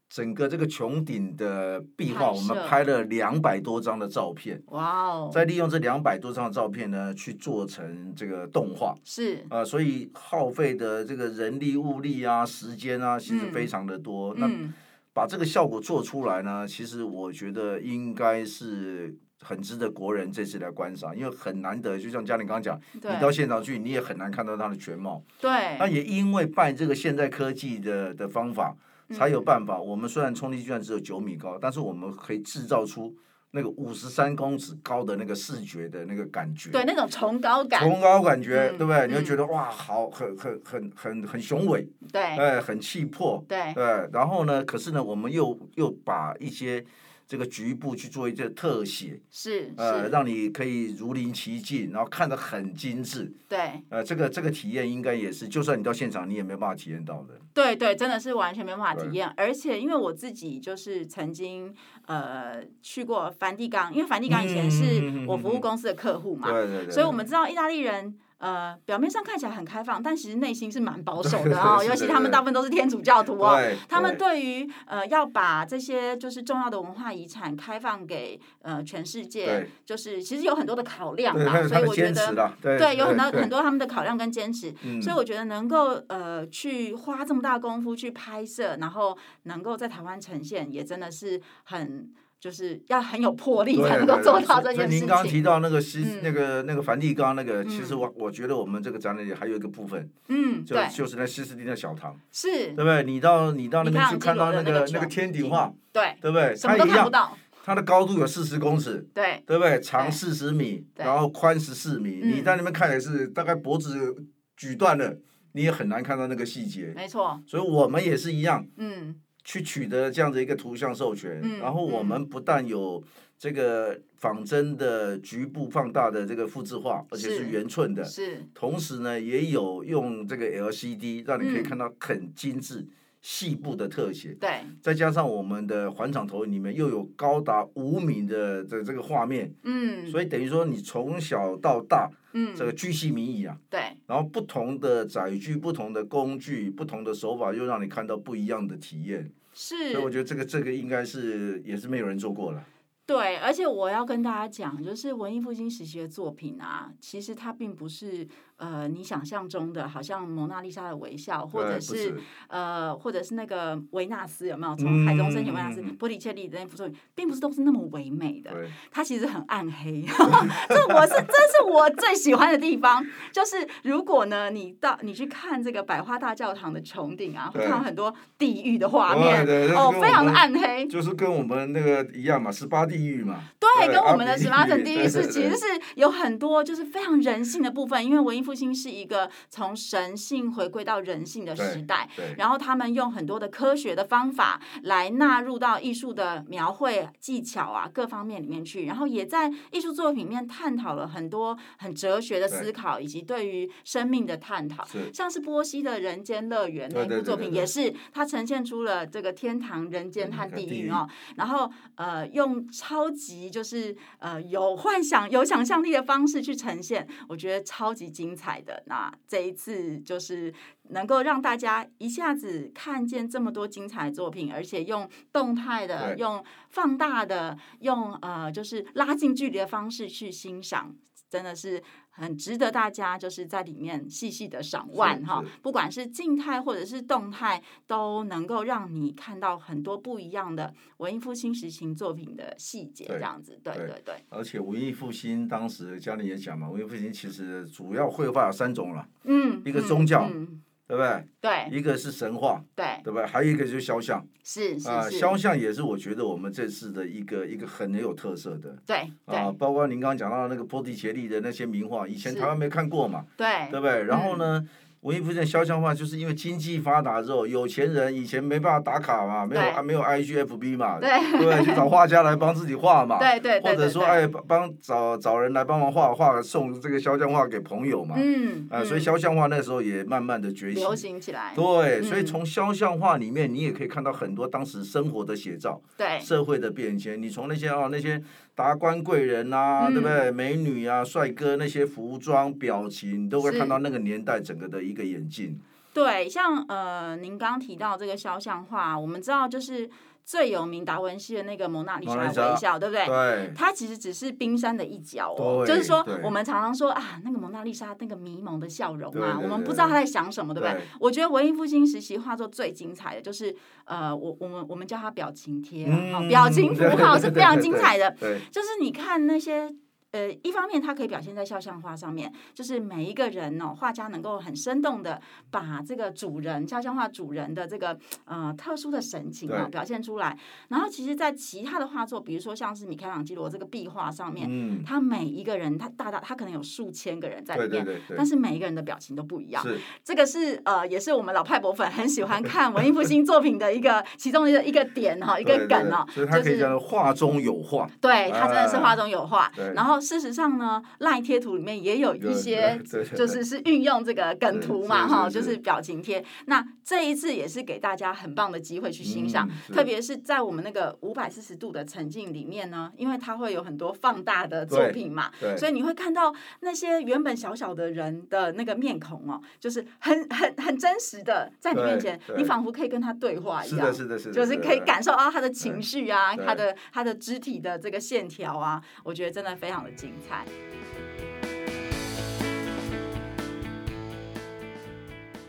[SPEAKER 2] 整个这个穹顶的壁画，
[SPEAKER 1] 拍
[SPEAKER 2] 我们
[SPEAKER 1] 摄
[SPEAKER 2] 拍了两百多张的照片。
[SPEAKER 1] 哇哦，
[SPEAKER 2] 再利用这两百多张的照片呢，去做成这个动画。
[SPEAKER 1] 是，
[SPEAKER 2] 啊、所以耗费的这个人力、物力啊、时间啊，其实
[SPEAKER 1] 嗯
[SPEAKER 2] 非常的多。那
[SPEAKER 1] 嗯
[SPEAKER 2] 把这个效果做出来呢，其实我觉得应该是很值得国人这次来观赏，因为很难得。就像嘉玲刚刚讲，你到
[SPEAKER 1] 对
[SPEAKER 2] 现场去，你也很难看到它的全貌。那
[SPEAKER 1] 对，
[SPEAKER 2] 也因为拜这个现代科技的的方法，
[SPEAKER 1] 嗯
[SPEAKER 2] 才有办法。我们虽然冲力巨然只有九米高，但是我们可以制造出那个五十三公尺高的那个视觉的那个感觉，
[SPEAKER 1] 对那种崇高感，
[SPEAKER 2] 崇高感觉，
[SPEAKER 1] 嗯
[SPEAKER 2] 对不对？你会
[SPEAKER 1] 嗯
[SPEAKER 2] 觉得哇，好，很很很很很雄伟，
[SPEAKER 1] 对
[SPEAKER 2] 哎，很气魄，
[SPEAKER 1] 对
[SPEAKER 2] 对。然后呢，可是呢，我们又又把一些这个局部去做一些特写，
[SPEAKER 1] 是
[SPEAKER 2] 呃，
[SPEAKER 1] 是，
[SPEAKER 2] 让你可以如临其境，然后看得很精致。
[SPEAKER 1] 对
[SPEAKER 2] 呃，这个这个体验应该也是，就算你到现场，你也没办法体验到的。
[SPEAKER 1] 对对，真的是完全没办法体
[SPEAKER 2] 对
[SPEAKER 1] 验。而且因为我自己就是曾经呃去过梵蒂冈，因为梵蒂冈以前
[SPEAKER 2] 嗯
[SPEAKER 1] 是我服务公司的客户嘛，
[SPEAKER 2] 对对对。
[SPEAKER 1] 所以我
[SPEAKER 2] 对
[SPEAKER 1] 们知道意大利人。呃，表面上看起来很开放，但其实内心是蛮保守
[SPEAKER 2] 对
[SPEAKER 1] 的哦，
[SPEAKER 2] 是
[SPEAKER 1] 尤
[SPEAKER 2] 的
[SPEAKER 1] 其
[SPEAKER 2] 对
[SPEAKER 1] 他们大部分都是天主教徒哦。
[SPEAKER 2] 对
[SPEAKER 1] 他们
[SPEAKER 2] 对
[SPEAKER 1] 对于呃要把这些就是重要的文化遗产开放给呃全世界
[SPEAKER 2] 对，
[SPEAKER 1] 就是其实有很多的考量
[SPEAKER 2] 对他
[SPEAKER 1] 啦，
[SPEAKER 2] 们
[SPEAKER 1] 所
[SPEAKER 2] 他
[SPEAKER 1] 以
[SPEAKER 2] 们
[SPEAKER 1] 我觉
[SPEAKER 2] 坚
[SPEAKER 1] 得
[SPEAKER 2] 持了，对
[SPEAKER 1] 对，有很多
[SPEAKER 2] 对
[SPEAKER 1] 很多他们的考量跟坚持，
[SPEAKER 2] 嗯
[SPEAKER 1] 所以我觉得能够呃去花这么大功夫去拍摄，然后能够在台湾呈现，也真的是很就是要很有魄力
[SPEAKER 2] 对
[SPEAKER 1] 才能
[SPEAKER 2] 对
[SPEAKER 1] 够
[SPEAKER 2] 对
[SPEAKER 1] 做到
[SPEAKER 2] 所
[SPEAKER 1] 这
[SPEAKER 2] 以
[SPEAKER 1] 件
[SPEAKER 2] 您
[SPEAKER 1] 事
[SPEAKER 2] 刚刚
[SPEAKER 1] 情。
[SPEAKER 2] 提到那个西、
[SPEAKER 1] 嗯
[SPEAKER 2] 那个那个梵蒂冈那个，其实
[SPEAKER 1] 嗯
[SPEAKER 2] 我我觉得我们这个展览里还有一个部分，
[SPEAKER 1] 嗯，
[SPEAKER 2] 就
[SPEAKER 1] 对，
[SPEAKER 2] 就是那西斯汀的小堂，
[SPEAKER 1] 是
[SPEAKER 2] 对，不对？你到你到那
[SPEAKER 1] 你
[SPEAKER 2] 边
[SPEAKER 1] 看
[SPEAKER 2] 去
[SPEAKER 1] 我们
[SPEAKER 2] 看到
[SPEAKER 1] 这
[SPEAKER 2] 那
[SPEAKER 1] 里有那
[SPEAKER 2] 个
[SPEAKER 1] 个
[SPEAKER 2] 那个
[SPEAKER 1] 穹
[SPEAKER 2] 天顶
[SPEAKER 1] 顶
[SPEAKER 2] 画，
[SPEAKER 1] 对，
[SPEAKER 2] 对不对？
[SPEAKER 1] 什么
[SPEAKER 2] 它
[SPEAKER 1] 都看
[SPEAKER 2] 一
[SPEAKER 1] 不
[SPEAKER 2] 样，
[SPEAKER 1] 到，
[SPEAKER 2] 它的高度有四十公尺。
[SPEAKER 1] 对，
[SPEAKER 2] 对不对？长
[SPEAKER 1] 对
[SPEAKER 2] 四十米，
[SPEAKER 1] 对
[SPEAKER 2] 然后宽十四米，
[SPEAKER 1] 嗯
[SPEAKER 2] 你在那边看也是大概脖子举断了，你也很难看到那个细节。
[SPEAKER 1] 没错，
[SPEAKER 2] 所以我们也是一样，
[SPEAKER 1] 嗯，
[SPEAKER 2] 去取得这样的一个图像授权，
[SPEAKER 1] 嗯
[SPEAKER 2] 然后我们不但有这个仿真的局部放大的这个复制化，而且
[SPEAKER 1] 是
[SPEAKER 2] 是圆寸的，
[SPEAKER 1] 是，
[SPEAKER 2] 同时呢也有用这个 LCD 让你可以
[SPEAKER 1] 嗯
[SPEAKER 2] 看到很精致细部的特写，
[SPEAKER 1] 对，
[SPEAKER 2] 再加上我们的环场投影里面又有高达五米的这这个画面，
[SPEAKER 1] 嗯，
[SPEAKER 2] 所以等于说你从小到大这
[SPEAKER 1] 嗯，
[SPEAKER 2] 个居心民意啊。
[SPEAKER 1] 对，
[SPEAKER 2] 然后不同的载具、不同的工具、不同的手法，又让你看到不一样的体验。
[SPEAKER 1] 是
[SPEAKER 2] 所以。我觉得这个这个应该是也是没有人做过了。
[SPEAKER 1] 对，而且我要跟大家讲，就是文艺复兴时期的作品啊，其实它并不是呃你想象中的，好像蒙娜丽莎的微笑，或
[SPEAKER 2] 哎
[SPEAKER 1] 者
[SPEAKER 2] 不
[SPEAKER 1] 是呃，或者是那个维纳斯有没有？从海中升起维纳斯，
[SPEAKER 2] 嗯嗯嗯
[SPEAKER 1] 波提切利的那幅作品，并不是都是那么唯美的，
[SPEAKER 2] 对，
[SPEAKER 1] 它其实很暗黑。 这我是，这是我最喜欢的地方，就是如果呢，你到你去看这个百花大教堂的穹顶啊，会
[SPEAKER 2] 对
[SPEAKER 1] 看到很多地狱的画面
[SPEAKER 2] 对对，对
[SPEAKER 1] 哦
[SPEAKER 2] 这跟，我
[SPEAKER 1] 非常的
[SPEAKER 2] 们
[SPEAKER 1] 暗黑。
[SPEAKER 2] 就是跟我们那个一样嘛，十八地狱嘛，
[SPEAKER 1] 对，
[SPEAKER 2] 对
[SPEAKER 1] 跟我
[SPEAKER 2] 阿
[SPEAKER 1] 们的
[SPEAKER 2] 比
[SPEAKER 1] 十八层
[SPEAKER 2] 地
[SPEAKER 1] 地
[SPEAKER 2] 狱对
[SPEAKER 1] 狱是
[SPEAKER 2] 对
[SPEAKER 1] 其
[SPEAKER 2] 对
[SPEAKER 1] 实是有很多就是非常人性的部分，因为文艺复兴是一个从神性回归到人性的时代，
[SPEAKER 2] 对，
[SPEAKER 1] 然后他们用很多的科学的方法来纳入到艺术的描绘技巧啊各方面里面去，然后也在艺术作品里面探讨了很多很哲学的思考，以及对于生命的探讨。啊
[SPEAKER 2] 是
[SPEAKER 1] 像是波西的《人间乐园》那
[SPEAKER 2] 对
[SPEAKER 1] 一
[SPEAKER 2] 对
[SPEAKER 1] 部
[SPEAKER 2] 对
[SPEAKER 1] 作
[SPEAKER 2] 对
[SPEAKER 1] 品，
[SPEAKER 2] 对
[SPEAKER 1] 也是它呈现出了这个天堂、人间和
[SPEAKER 2] 和
[SPEAKER 1] 地
[SPEAKER 2] 地
[SPEAKER 1] 狱
[SPEAKER 2] 狱
[SPEAKER 1] 哦。然后呃，用超级就是呃有幻想、有想象力的方式去呈现，我觉得超级精彩的。那这一次就是能够让大家一下子看见这么多精彩的作品，而且用动态的、
[SPEAKER 2] 对
[SPEAKER 1] 用放大的、用呃就是拉近距离的方式去欣赏，真的是很值得大家就是在里面细细的赏玩
[SPEAKER 2] 是
[SPEAKER 1] 哈
[SPEAKER 2] 是。
[SPEAKER 1] 不管是静态或者是动态，都能够让你看到很多不一样的文艺复兴时期作品的细节，
[SPEAKER 2] 对
[SPEAKER 1] 这样子。对
[SPEAKER 2] 对
[SPEAKER 1] 对对，
[SPEAKER 2] 而且文艺复兴当时嘉玲也讲嘛，文艺复兴其实主要绘画有三种了，
[SPEAKER 1] 嗯，
[SPEAKER 2] 一个
[SPEAKER 1] 嗯
[SPEAKER 2] 宗教
[SPEAKER 1] 嗯
[SPEAKER 2] 对不对？
[SPEAKER 1] 对
[SPEAKER 2] 一个是神话，
[SPEAKER 1] 对，
[SPEAKER 2] 对不对？还有一个就是肖像
[SPEAKER 1] 是是
[SPEAKER 2] 啊、
[SPEAKER 1] 是，
[SPEAKER 2] 肖像也是我觉得我们这次的一个一个很有特色的
[SPEAKER 1] 对
[SPEAKER 2] 啊，
[SPEAKER 1] 对
[SPEAKER 2] 包括您刚刚讲到那个波提切利的那些名画，以前
[SPEAKER 1] 是
[SPEAKER 2] 台湾没看过嘛，
[SPEAKER 1] 对
[SPEAKER 2] 对不对？然
[SPEAKER 1] 嗯
[SPEAKER 2] 后呢，文艺复兴的肖像画就是因为经济发达之后，有钱人以前没办法打卡嘛，没有
[SPEAKER 1] 对
[SPEAKER 2] 啊没有 IGFB 嘛，
[SPEAKER 1] 对
[SPEAKER 2] 对不对？去找画家来帮自己画嘛，
[SPEAKER 1] 对对，
[SPEAKER 2] 或
[SPEAKER 1] 对
[SPEAKER 2] 者
[SPEAKER 1] 对
[SPEAKER 2] 说
[SPEAKER 1] 对
[SPEAKER 2] 哎帮帮找找人来帮忙画画，送这个肖像画给朋友嘛，
[SPEAKER 1] 嗯，
[SPEAKER 2] 啊，所以
[SPEAKER 1] 嗯
[SPEAKER 2] 肖像画那时候也慢慢的崛起。
[SPEAKER 1] 流行起来，
[SPEAKER 2] 对，所以
[SPEAKER 1] 嗯
[SPEAKER 2] 从肖像画里面，你也可以看到很多当时生活的写照，
[SPEAKER 1] 对
[SPEAKER 2] 社会的变迁。你从那些哦那些达官贵人啊，
[SPEAKER 1] 嗯
[SPEAKER 2] 对不对？美女啊，帅哥那些服装、表情，你都会
[SPEAKER 1] 是
[SPEAKER 2] 看到那个年代整个的一个演进。
[SPEAKER 1] 对，像呃，您刚提到这个肖像画，我们知道就是最有名达文西的那个蒙娜丽
[SPEAKER 2] 蒙
[SPEAKER 1] 莎
[SPEAKER 2] 娜丽
[SPEAKER 1] 的微
[SPEAKER 2] 莎
[SPEAKER 1] 笑，对不对？
[SPEAKER 2] 对，
[SPEAKER 1] 它其实只是冰山的一角哦，
[SPEAKER 2] 对
[SPEAKER 1] 就是说
[SPEAKER 2] 对
[SPEAKER 1] 我们常常说啊，那个蒙娜丽莎那个迷蒙的笑容
[SPEAKER 2] 对
[SPEAKER 1] 啊，
[SPEAKER 2] 对
[SPEAKER 1] 我们
[SPEAKER 2] 对
[SPEAKER 1] 不知道
[SPEAKER 2] 对
[SPEAKER 1] 她在想什么，对不对
[SPEAKER 2] 对？
[SPEAKER 1] 我觉得文艺复兴时期画作最精彩的就是呃，我我们我们叫它表情贴啊，
[SPEAKER 2] 嗯
[SPEAKER 1] 哈表情符号是非常精彩的。。
[SPEAKER 2] 对对对对对对
[SPEAKER 1] 就是你看那些。呃，一方面它可以表现在肖像画上面，就是每一个人哦，画家能够很生动的把这个主人肖像画主人的这个呃特殊的神情啊、
[SPEAKER 2] 对
[SPEAKER 1] 表现出来。然后其实，在其他的画作，比如说像是米开朗基罗这个壁画上面，
[SPEAKER 2] 嗯，
[SPEAKER 1] 他每一个人他大大他可能有数千个人在里
[SPEAKER 2] 对
[SPEAKER 1] 面，
[SPEAKER 2] 对对对
[SPEAKER 1] 但，是每一个人的表情都不一样。
[SPEAKER 2] 是
[SPEAKER 1] 这个是呃，也是我们老派博粉很喜欢看文艺复兴作品的一个其中的一个点哈、一个
[SPEAKER 2] 对对
[SPEAKER 1] 梗
[SPEAKER 2] 对
[SPEAKER 1] 哦，
[SPEAKER 2] 所以它
[SPEAKER 1] 就
[SPEAKER 2] 可以
[SPEAKER 1] 是
[SPEAKER 2] 叫做画中有画。
[SPEAKER 1] 对，它真的是
[SPEAKER 2] 哎
[SPEAKER 1] 画中有画。
[SPEAKER 2] 对
[SPEAKER 1] 然后事实上呢，赖贴图里面也有一
[SPEAKER 2] 对
[SPEAKER 1] 些
[SPEAKER 2] 对对
[SPEAKER 1] 就是是运用这个梗图嘛，
[SPEAKER 2] 对是
[SPEAKER 1] 哈，
[SPEAKER 2] 是
[SPEAKER 1] 就是是表情贴。那这一次也是给大家很棒的机会去欣赏
[SPEAKER 2] 嗯，是
[SPEAKER 1] 特别是在我们那个五百四十度的沉浸里面呢，因为它会有很多放大的作
[SPEAKER 2] 对
[SPEAKER 1] 品嘛，
[SPEAKER 2] 对
[SPEAKER 1] 所以你会看到那些原本小小的人的那个面孔哦，就是很很很真实的在你面
[SPEAKER 2] 对
[SPEAKER 1] 前，
[SPEAKER 2] 对
[SPEAKER 1] 你仿佛可以跟他对话一
[SPEAKER 2] 是
[SPEAKER 1] 样。
[SPEAKER 2] 的，是的，是的，
[SPEAKER 1] 就是可以
[SPEAKER 2] 的。
[SPEAKER 1] 感受到他的情
[SPEAKER 2] 对
[SPEAKER 1] 绪啊，
[SPEAKER 2] 对
[SPEAKER 1] 他的他的肢体的这个线条啊，我觉得真的非常的精彩。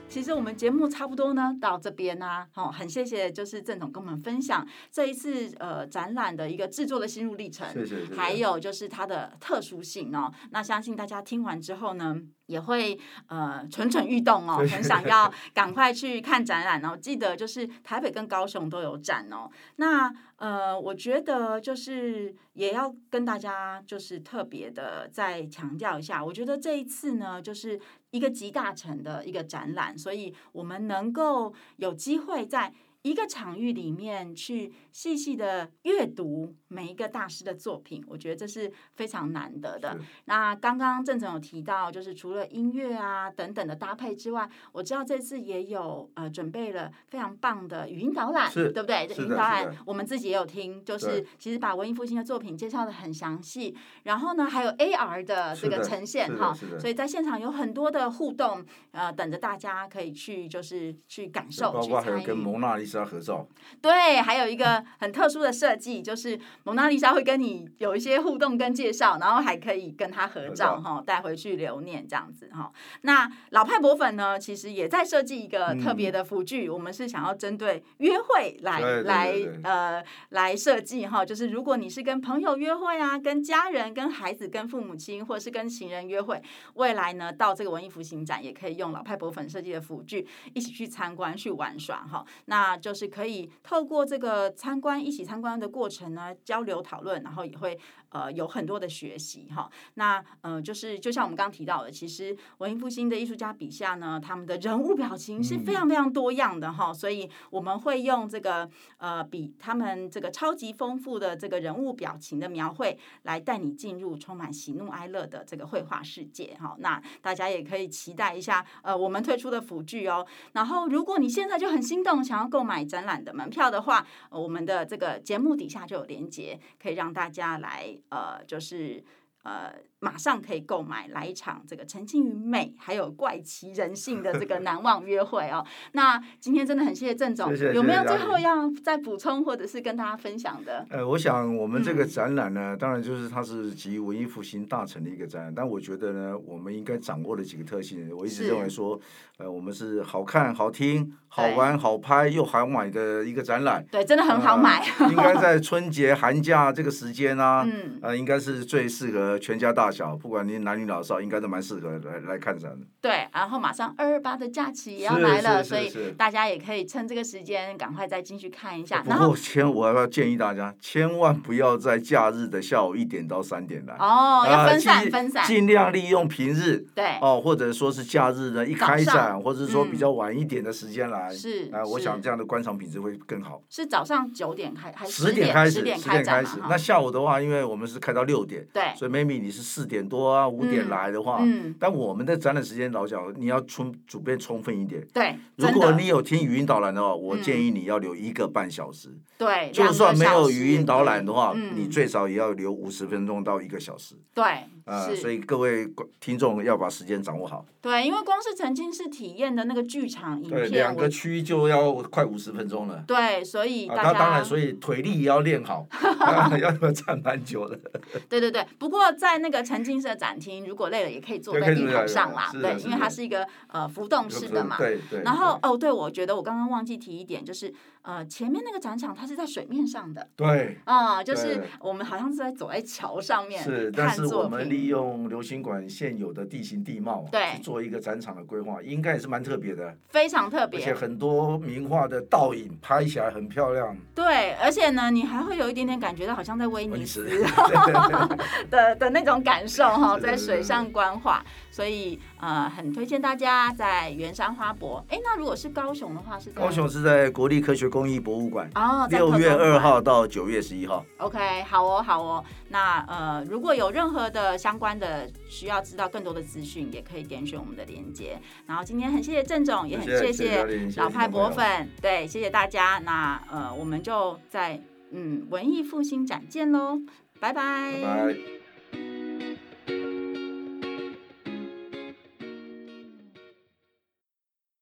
[SPEAKER 1] 其实我们节目差不多呢，到这边呢、啊，好、很谢谢就是郑总跟我们分享这一次呃展览的一个制作的心路历程，
[SPEAKER 2] 谢谢谢谢
[SPEAKER 1] 还有就是它的特殊性哦。那相信大家听完之后呢，也会呃蠢蠢欲动哦，
[SPEAKER 2] 对
[SPEAKER 1] 很想要赶快去看展览哦。记得就是台北跟高雄都有展哦。那呃，我觉得就是也要跟大家就是特别的再强调一下，我觉得这一次呢，就是一个集大成的一个展览，所以我们能够有机会在。一个场域里面去细细的阅读每一个大师的作品，我觉得这是非常难得的
[SPEAKER 2] 是。
[SPEAKER 1] 那刚刚郑总有提到，就是除了音乐啊等等的搭配之外，我知道这次也有呃准备了非常棒的语音导览，
[SPEAKER 2] 是
[SPEAKER 1] 对不对？这
[SPEAKER 2] 是
[SPEAKER 1] 语音
[SPEAKER 2] 的
[SPEAKER 1] 导
[SPEAKER 2] 是
[SPEAKER 1] 览
[SPEAKER 2] 的
[SPEAKER 1] 我们自己也有听，就是
[SPEAKER 2] 对
[SPEAKER 1] 其实把文艺复兴的作品介绍的很详细，然后呢还有 AR 的这
[SPEAKER 2] 是
[SPEAKER 1] 个
[SPEAKER 2] 的
[SPEAKER 1] 呈现
[SPEAKER 2] 是的
[SPEAKER 1] 哈
[SPEAKER 2] 是，的
[SPEAKER 1] 所以在现场有很多的互动，呃，等着大家可以去就是去感受
[SPEAKER 2] 包
[SPEAKER 1] 去
[SPEAKER 2] 括还有
[SPEAKER 1] 参
[SPEAKER 2] 跟
[SPEAKER 1] 与。
[SPEAKER 2] 蒙娜丽莎合照，
[SPEAKER 1] 对，还有一个很特殊的设计，就是蒙娜丽莎会跟你有一些互动跟介绍，然后还可以跟她合
[SPEAKER 2] 合
[SPEAKER 1] 照
[SPEAKER 2] 照
[SPEAKER 1] 哈，带回去留念这样子哈。那老派博粉呢，其实也在设计一个特别的辅具，我们是想要针对约会来
[SPEAKER 2] 对对
[SPEAKER 1] 来
[SPEAKER 2] 对对
[SPEAKER 1] 呃来设计哈，就是如果你是跟朋友约会啊，跟家人、跟孩子、跟父母亲，或者是跟情人约会，未来呢到这个文艺复兴展也可以用老派博粉设计的辅具一起去参观、去玩耍哈。那就是可以透过这个参观、一起参观的过程呢，交流讨论，然后也会呃有很多的学习哈。那呃，就是就像我们刚刚提到的，其实文艺复兴的艺术家笔下呢，他们的人物表情是非常非常多样的哈，所以我们会用这个呃比他们这个超级丰富的这个人物表情的描绘，来带你进入充满喜怒哀乐的这个绘画世界哈。那大家也可以期待一下呃我们推出的辅具哦。然后如果你现在就很心动，想要购买展览的门票的话，呃我们的这个节目底下就有连接，可以让大家来呃就是。呃，马上可以购买来一场这个沉浸于美还有怪奇人性的这个难忘约会哦。那今天真的很谢谢郑总，
[SPEAKER 2] 谢谢
[SPEAKER 1] 有没有
[SPEAKER 2] 谢谢
[SPEAKER 1] 最
[SPEAKER 2] 嘉
[SPEAKER 1] 后要再补充或者是跟大家分享的？
[SPEAKER 2] 呃，我想我们这
[SPEAKER 1] 嗯
[SPEAKER 2] 个展览呢，当然就是它是集文艺复兴大成的一个展览，但我觉得呢，我们应该掌握了几个特性。我一直
[SPEAKER 1] 是
[SPEAKER 2] 认为说，呃，我们是好看、好听、好
[SPEAKER 1] 对
[SPEAKER 2] 玩、好拍又好买的一个展览，
[SPEAKER 1] 对，真的 很好买。
[SPEAKER 2] 呃应该在春节、寒假这个时间啊，
[SPEAKER 1] 嗯，
[SPEAKER 2] 呃，应该是最适合全家大小，不管你男女老少，应该都蛮适合来来看展的。
[SPEAKER 1] 对，然后马上二二八的假期也要
[SPEAKER 2] 是
[SPEAKER 1] 来了，
[SPEAKER 2] 是
[SPEAKER 1] 所
[SPEAKER 2] 是
[SPEAKER 1] 以
[SPEAKER 2] 是呃
[SPEAKER 1] 大家也可以趁这个时间赶快再进去看一下。
[SPEAKER 2] 不
[SPEAKER 1] 然后
[SPEAKER 2] 过千，我要建议大家，千万不要在假日的下午一点到三点来，
[SPEAKER 1] 哦，要
[SPEAKER 2] 呃
[SPEAKER 1] 分散
[SPEAKER 2] 尽
[SPEAKER 1] 分散，
[SPEAKER 2] 尽量利用平日。
[SPEAKER 1] 对，
[SPEAKER 2] 哦，或者说是假日呢，一
[SPEAKER 1] 哎早
[SPEAKER 2] 开
[SPEAKER 1] 上
[SPEAKER 2] 展，或者是说比
[SPEAKER 1] 嗯
[SPEAKER 2] 较晚一点的时间来，
[SPEAKER 1] 是
[SPEAKER 2] 啊，我
[SPEAKER 1] 是
[SPEAKER 2] 想这样的观赏品质会更好。
[SPEAKER 1] 是早上九点开还是
[SPEAKER 2] 十点开始，
[SPEAKER 1] 十
[SPEAKER 2] 十
[SPEAKER 1] 点
[SPEAKER 2] 点
[SPEAKER 1] 开展
[SPEAKER 2] 开
[SPEAKER 1] 嘛
[SPEAKER 2] 始。
[SPEAKER 1] 哈
[SPEAKER 2] 那下午的话，因为我们是开到六点，
[SPEAKER 1] 对，
[SPEAKER 2] 所以 maybe 你是四点多啊，五点
[SPEAKER 1] 嗯
[SPEAKER 2] 来的话，
[SPEAKER 1] 嗯，
[SPEAKER 2] 但我们的展览时间老讲，你要充准备充分一点。
[SPEAKER 1] 对，
[SPEAKER 2] 如
[SPEAKER 1] 真
[SPEAKER 2] 果
[SPEAKER 1] 的
[SPEAKER 2] 你有听语音导览的话，我
[SPEAKER 1] 嗯
[SPEAKER 2] 建议你要留一个半小时。
[SPEAKER 1] 对，
[SPEAKER 2] 就
[SPEAKER 1] 两个
[SPEAKER 2] 算没
[SPEAKER 1] 小
[SPEAKER 2] 有
[SPEAKER 1] 时
[SPEAKER 2] 语音导览的话，
[SPEAKER 1] 嗯
[SPEAKER 2] 你最少也要留五十分钟到一个小时。
[SPEAKER 1] 对
[SPEAKER 2] 啊、
[SPEAKER 1] 是
[SPEAKER 2] 所以各位观听众要把时间掌握好。
[SPEAKER 1] 对，因为光是沉浸式体验的那个剧场影片，我
[SPEAKER 2] 区就要快五十分钟了。
[SPEAKER 1] 对，所以
[SPEAKER 2] 啊，
[SPEAKER 1] 大家、
[SPEAKER 2] 他当然，所以腿力也要练 好，啊、要不然站蛮久的。
[SPEAKER 1] 对对对，不过在那个沉浸式的展厅，如果累了也可以坐
[SPEAKER 2] 也
[SPEAKER 1] 在
[SPEAKER 2] 可以
[SPEAKER 1] 地
[SPEAKER 2] 坐
[SPEAKER 1] 毯
[SPEAKER 2] 下来
[SPEAKER 1] 上啦，
[SPEAKER 2] 是
[SPEAKER 1] 对
[SPEAKER 2] 的，是
[SPEAKER 1] 因为它
[SPEAKER 2] 的
[SPEAKER 1] 是一个呃浮动式的嘛。
[SPEAKER 2] 对对。
[SPEAKER 1] 然后哦，对，我觉得我刚刚忘记提一点，就是呃前面那个展场它是在水面上的
[SPEAKER 2] 对，
[SPEAKER 1] 啊、就是
[SPEAKER 2] 对
[SPEAKER 1] 我们好像是在走在桥上面
[SPEAKER 2] 是，但
[SPEAKER 1] 看
[SPEAKER 2] 是
[SPEAKER 1] 作
[SPEAKER 2] 我们利
[SPEAKER 1] 品。
[SPEAKER 2] 用流行馆现有的地形地貌啊，
[SPEAKER 1] 对
[SPEAKER 2] 去做一个展场的规划，应该也是蛮特别的。
[SPEAKER 1] 非常特
[SPEAKER 2] 而且
[SPEAKER 1] 别，
[SPEAKER 2] 很多名画的倒影拍起来很漂亮，
[SPEAKER 1] 对，而且呢，你还会有一点点感觉到好像在威
[SPEAKER 2] 威
[SPEAKER 1] 尼
[SPEAKER 2] 尼
[SPEAKER 1] 斯
[SPEAKER 2] 斯
[SPEAKER 1] 的的那种感受哈，
[SPEAKER 2] 是的
[SPEAKER 1] 在
[SPEAKER 2] 是
[SPEAKER 1] 水
[SPEAKER 2] 的
[SPEAKER 1] 上观画，所以呃，很推荐大家在圆山花博。哎，那如果是高雄的话，是在
[SPEAKER 2] 高雄是在国立科学工艺博物馆，
[SPEAKER 1] 哦，在
[SPEAKER 2] 六
[SPEAKER 1] 特
[SPEAKER 2] 月
[SPEAKER 1] 工馆
[SPEAKER 2] 二号到九月十一号。
[SPEAKER 1] OK，好哦，好哦。那呃，如果有任何的相关的需要知道更多的资讯，也可以点选我们的链接。然后今天很谢谢郑总，也很
[SPEAKER 2] 谢谢谢谢嘉
[SPEAKER 1] 谢
[SPEAKER 2] 玲
[SPEAKER 1] 老派博
[SPEAKER 2] 谢谢
[SPEAKER 1] 粉，对，谢谢大家。那呃，我们就在嗯文艺复兴展见喽，拜拜
[SPEAKER 2] 拜拜。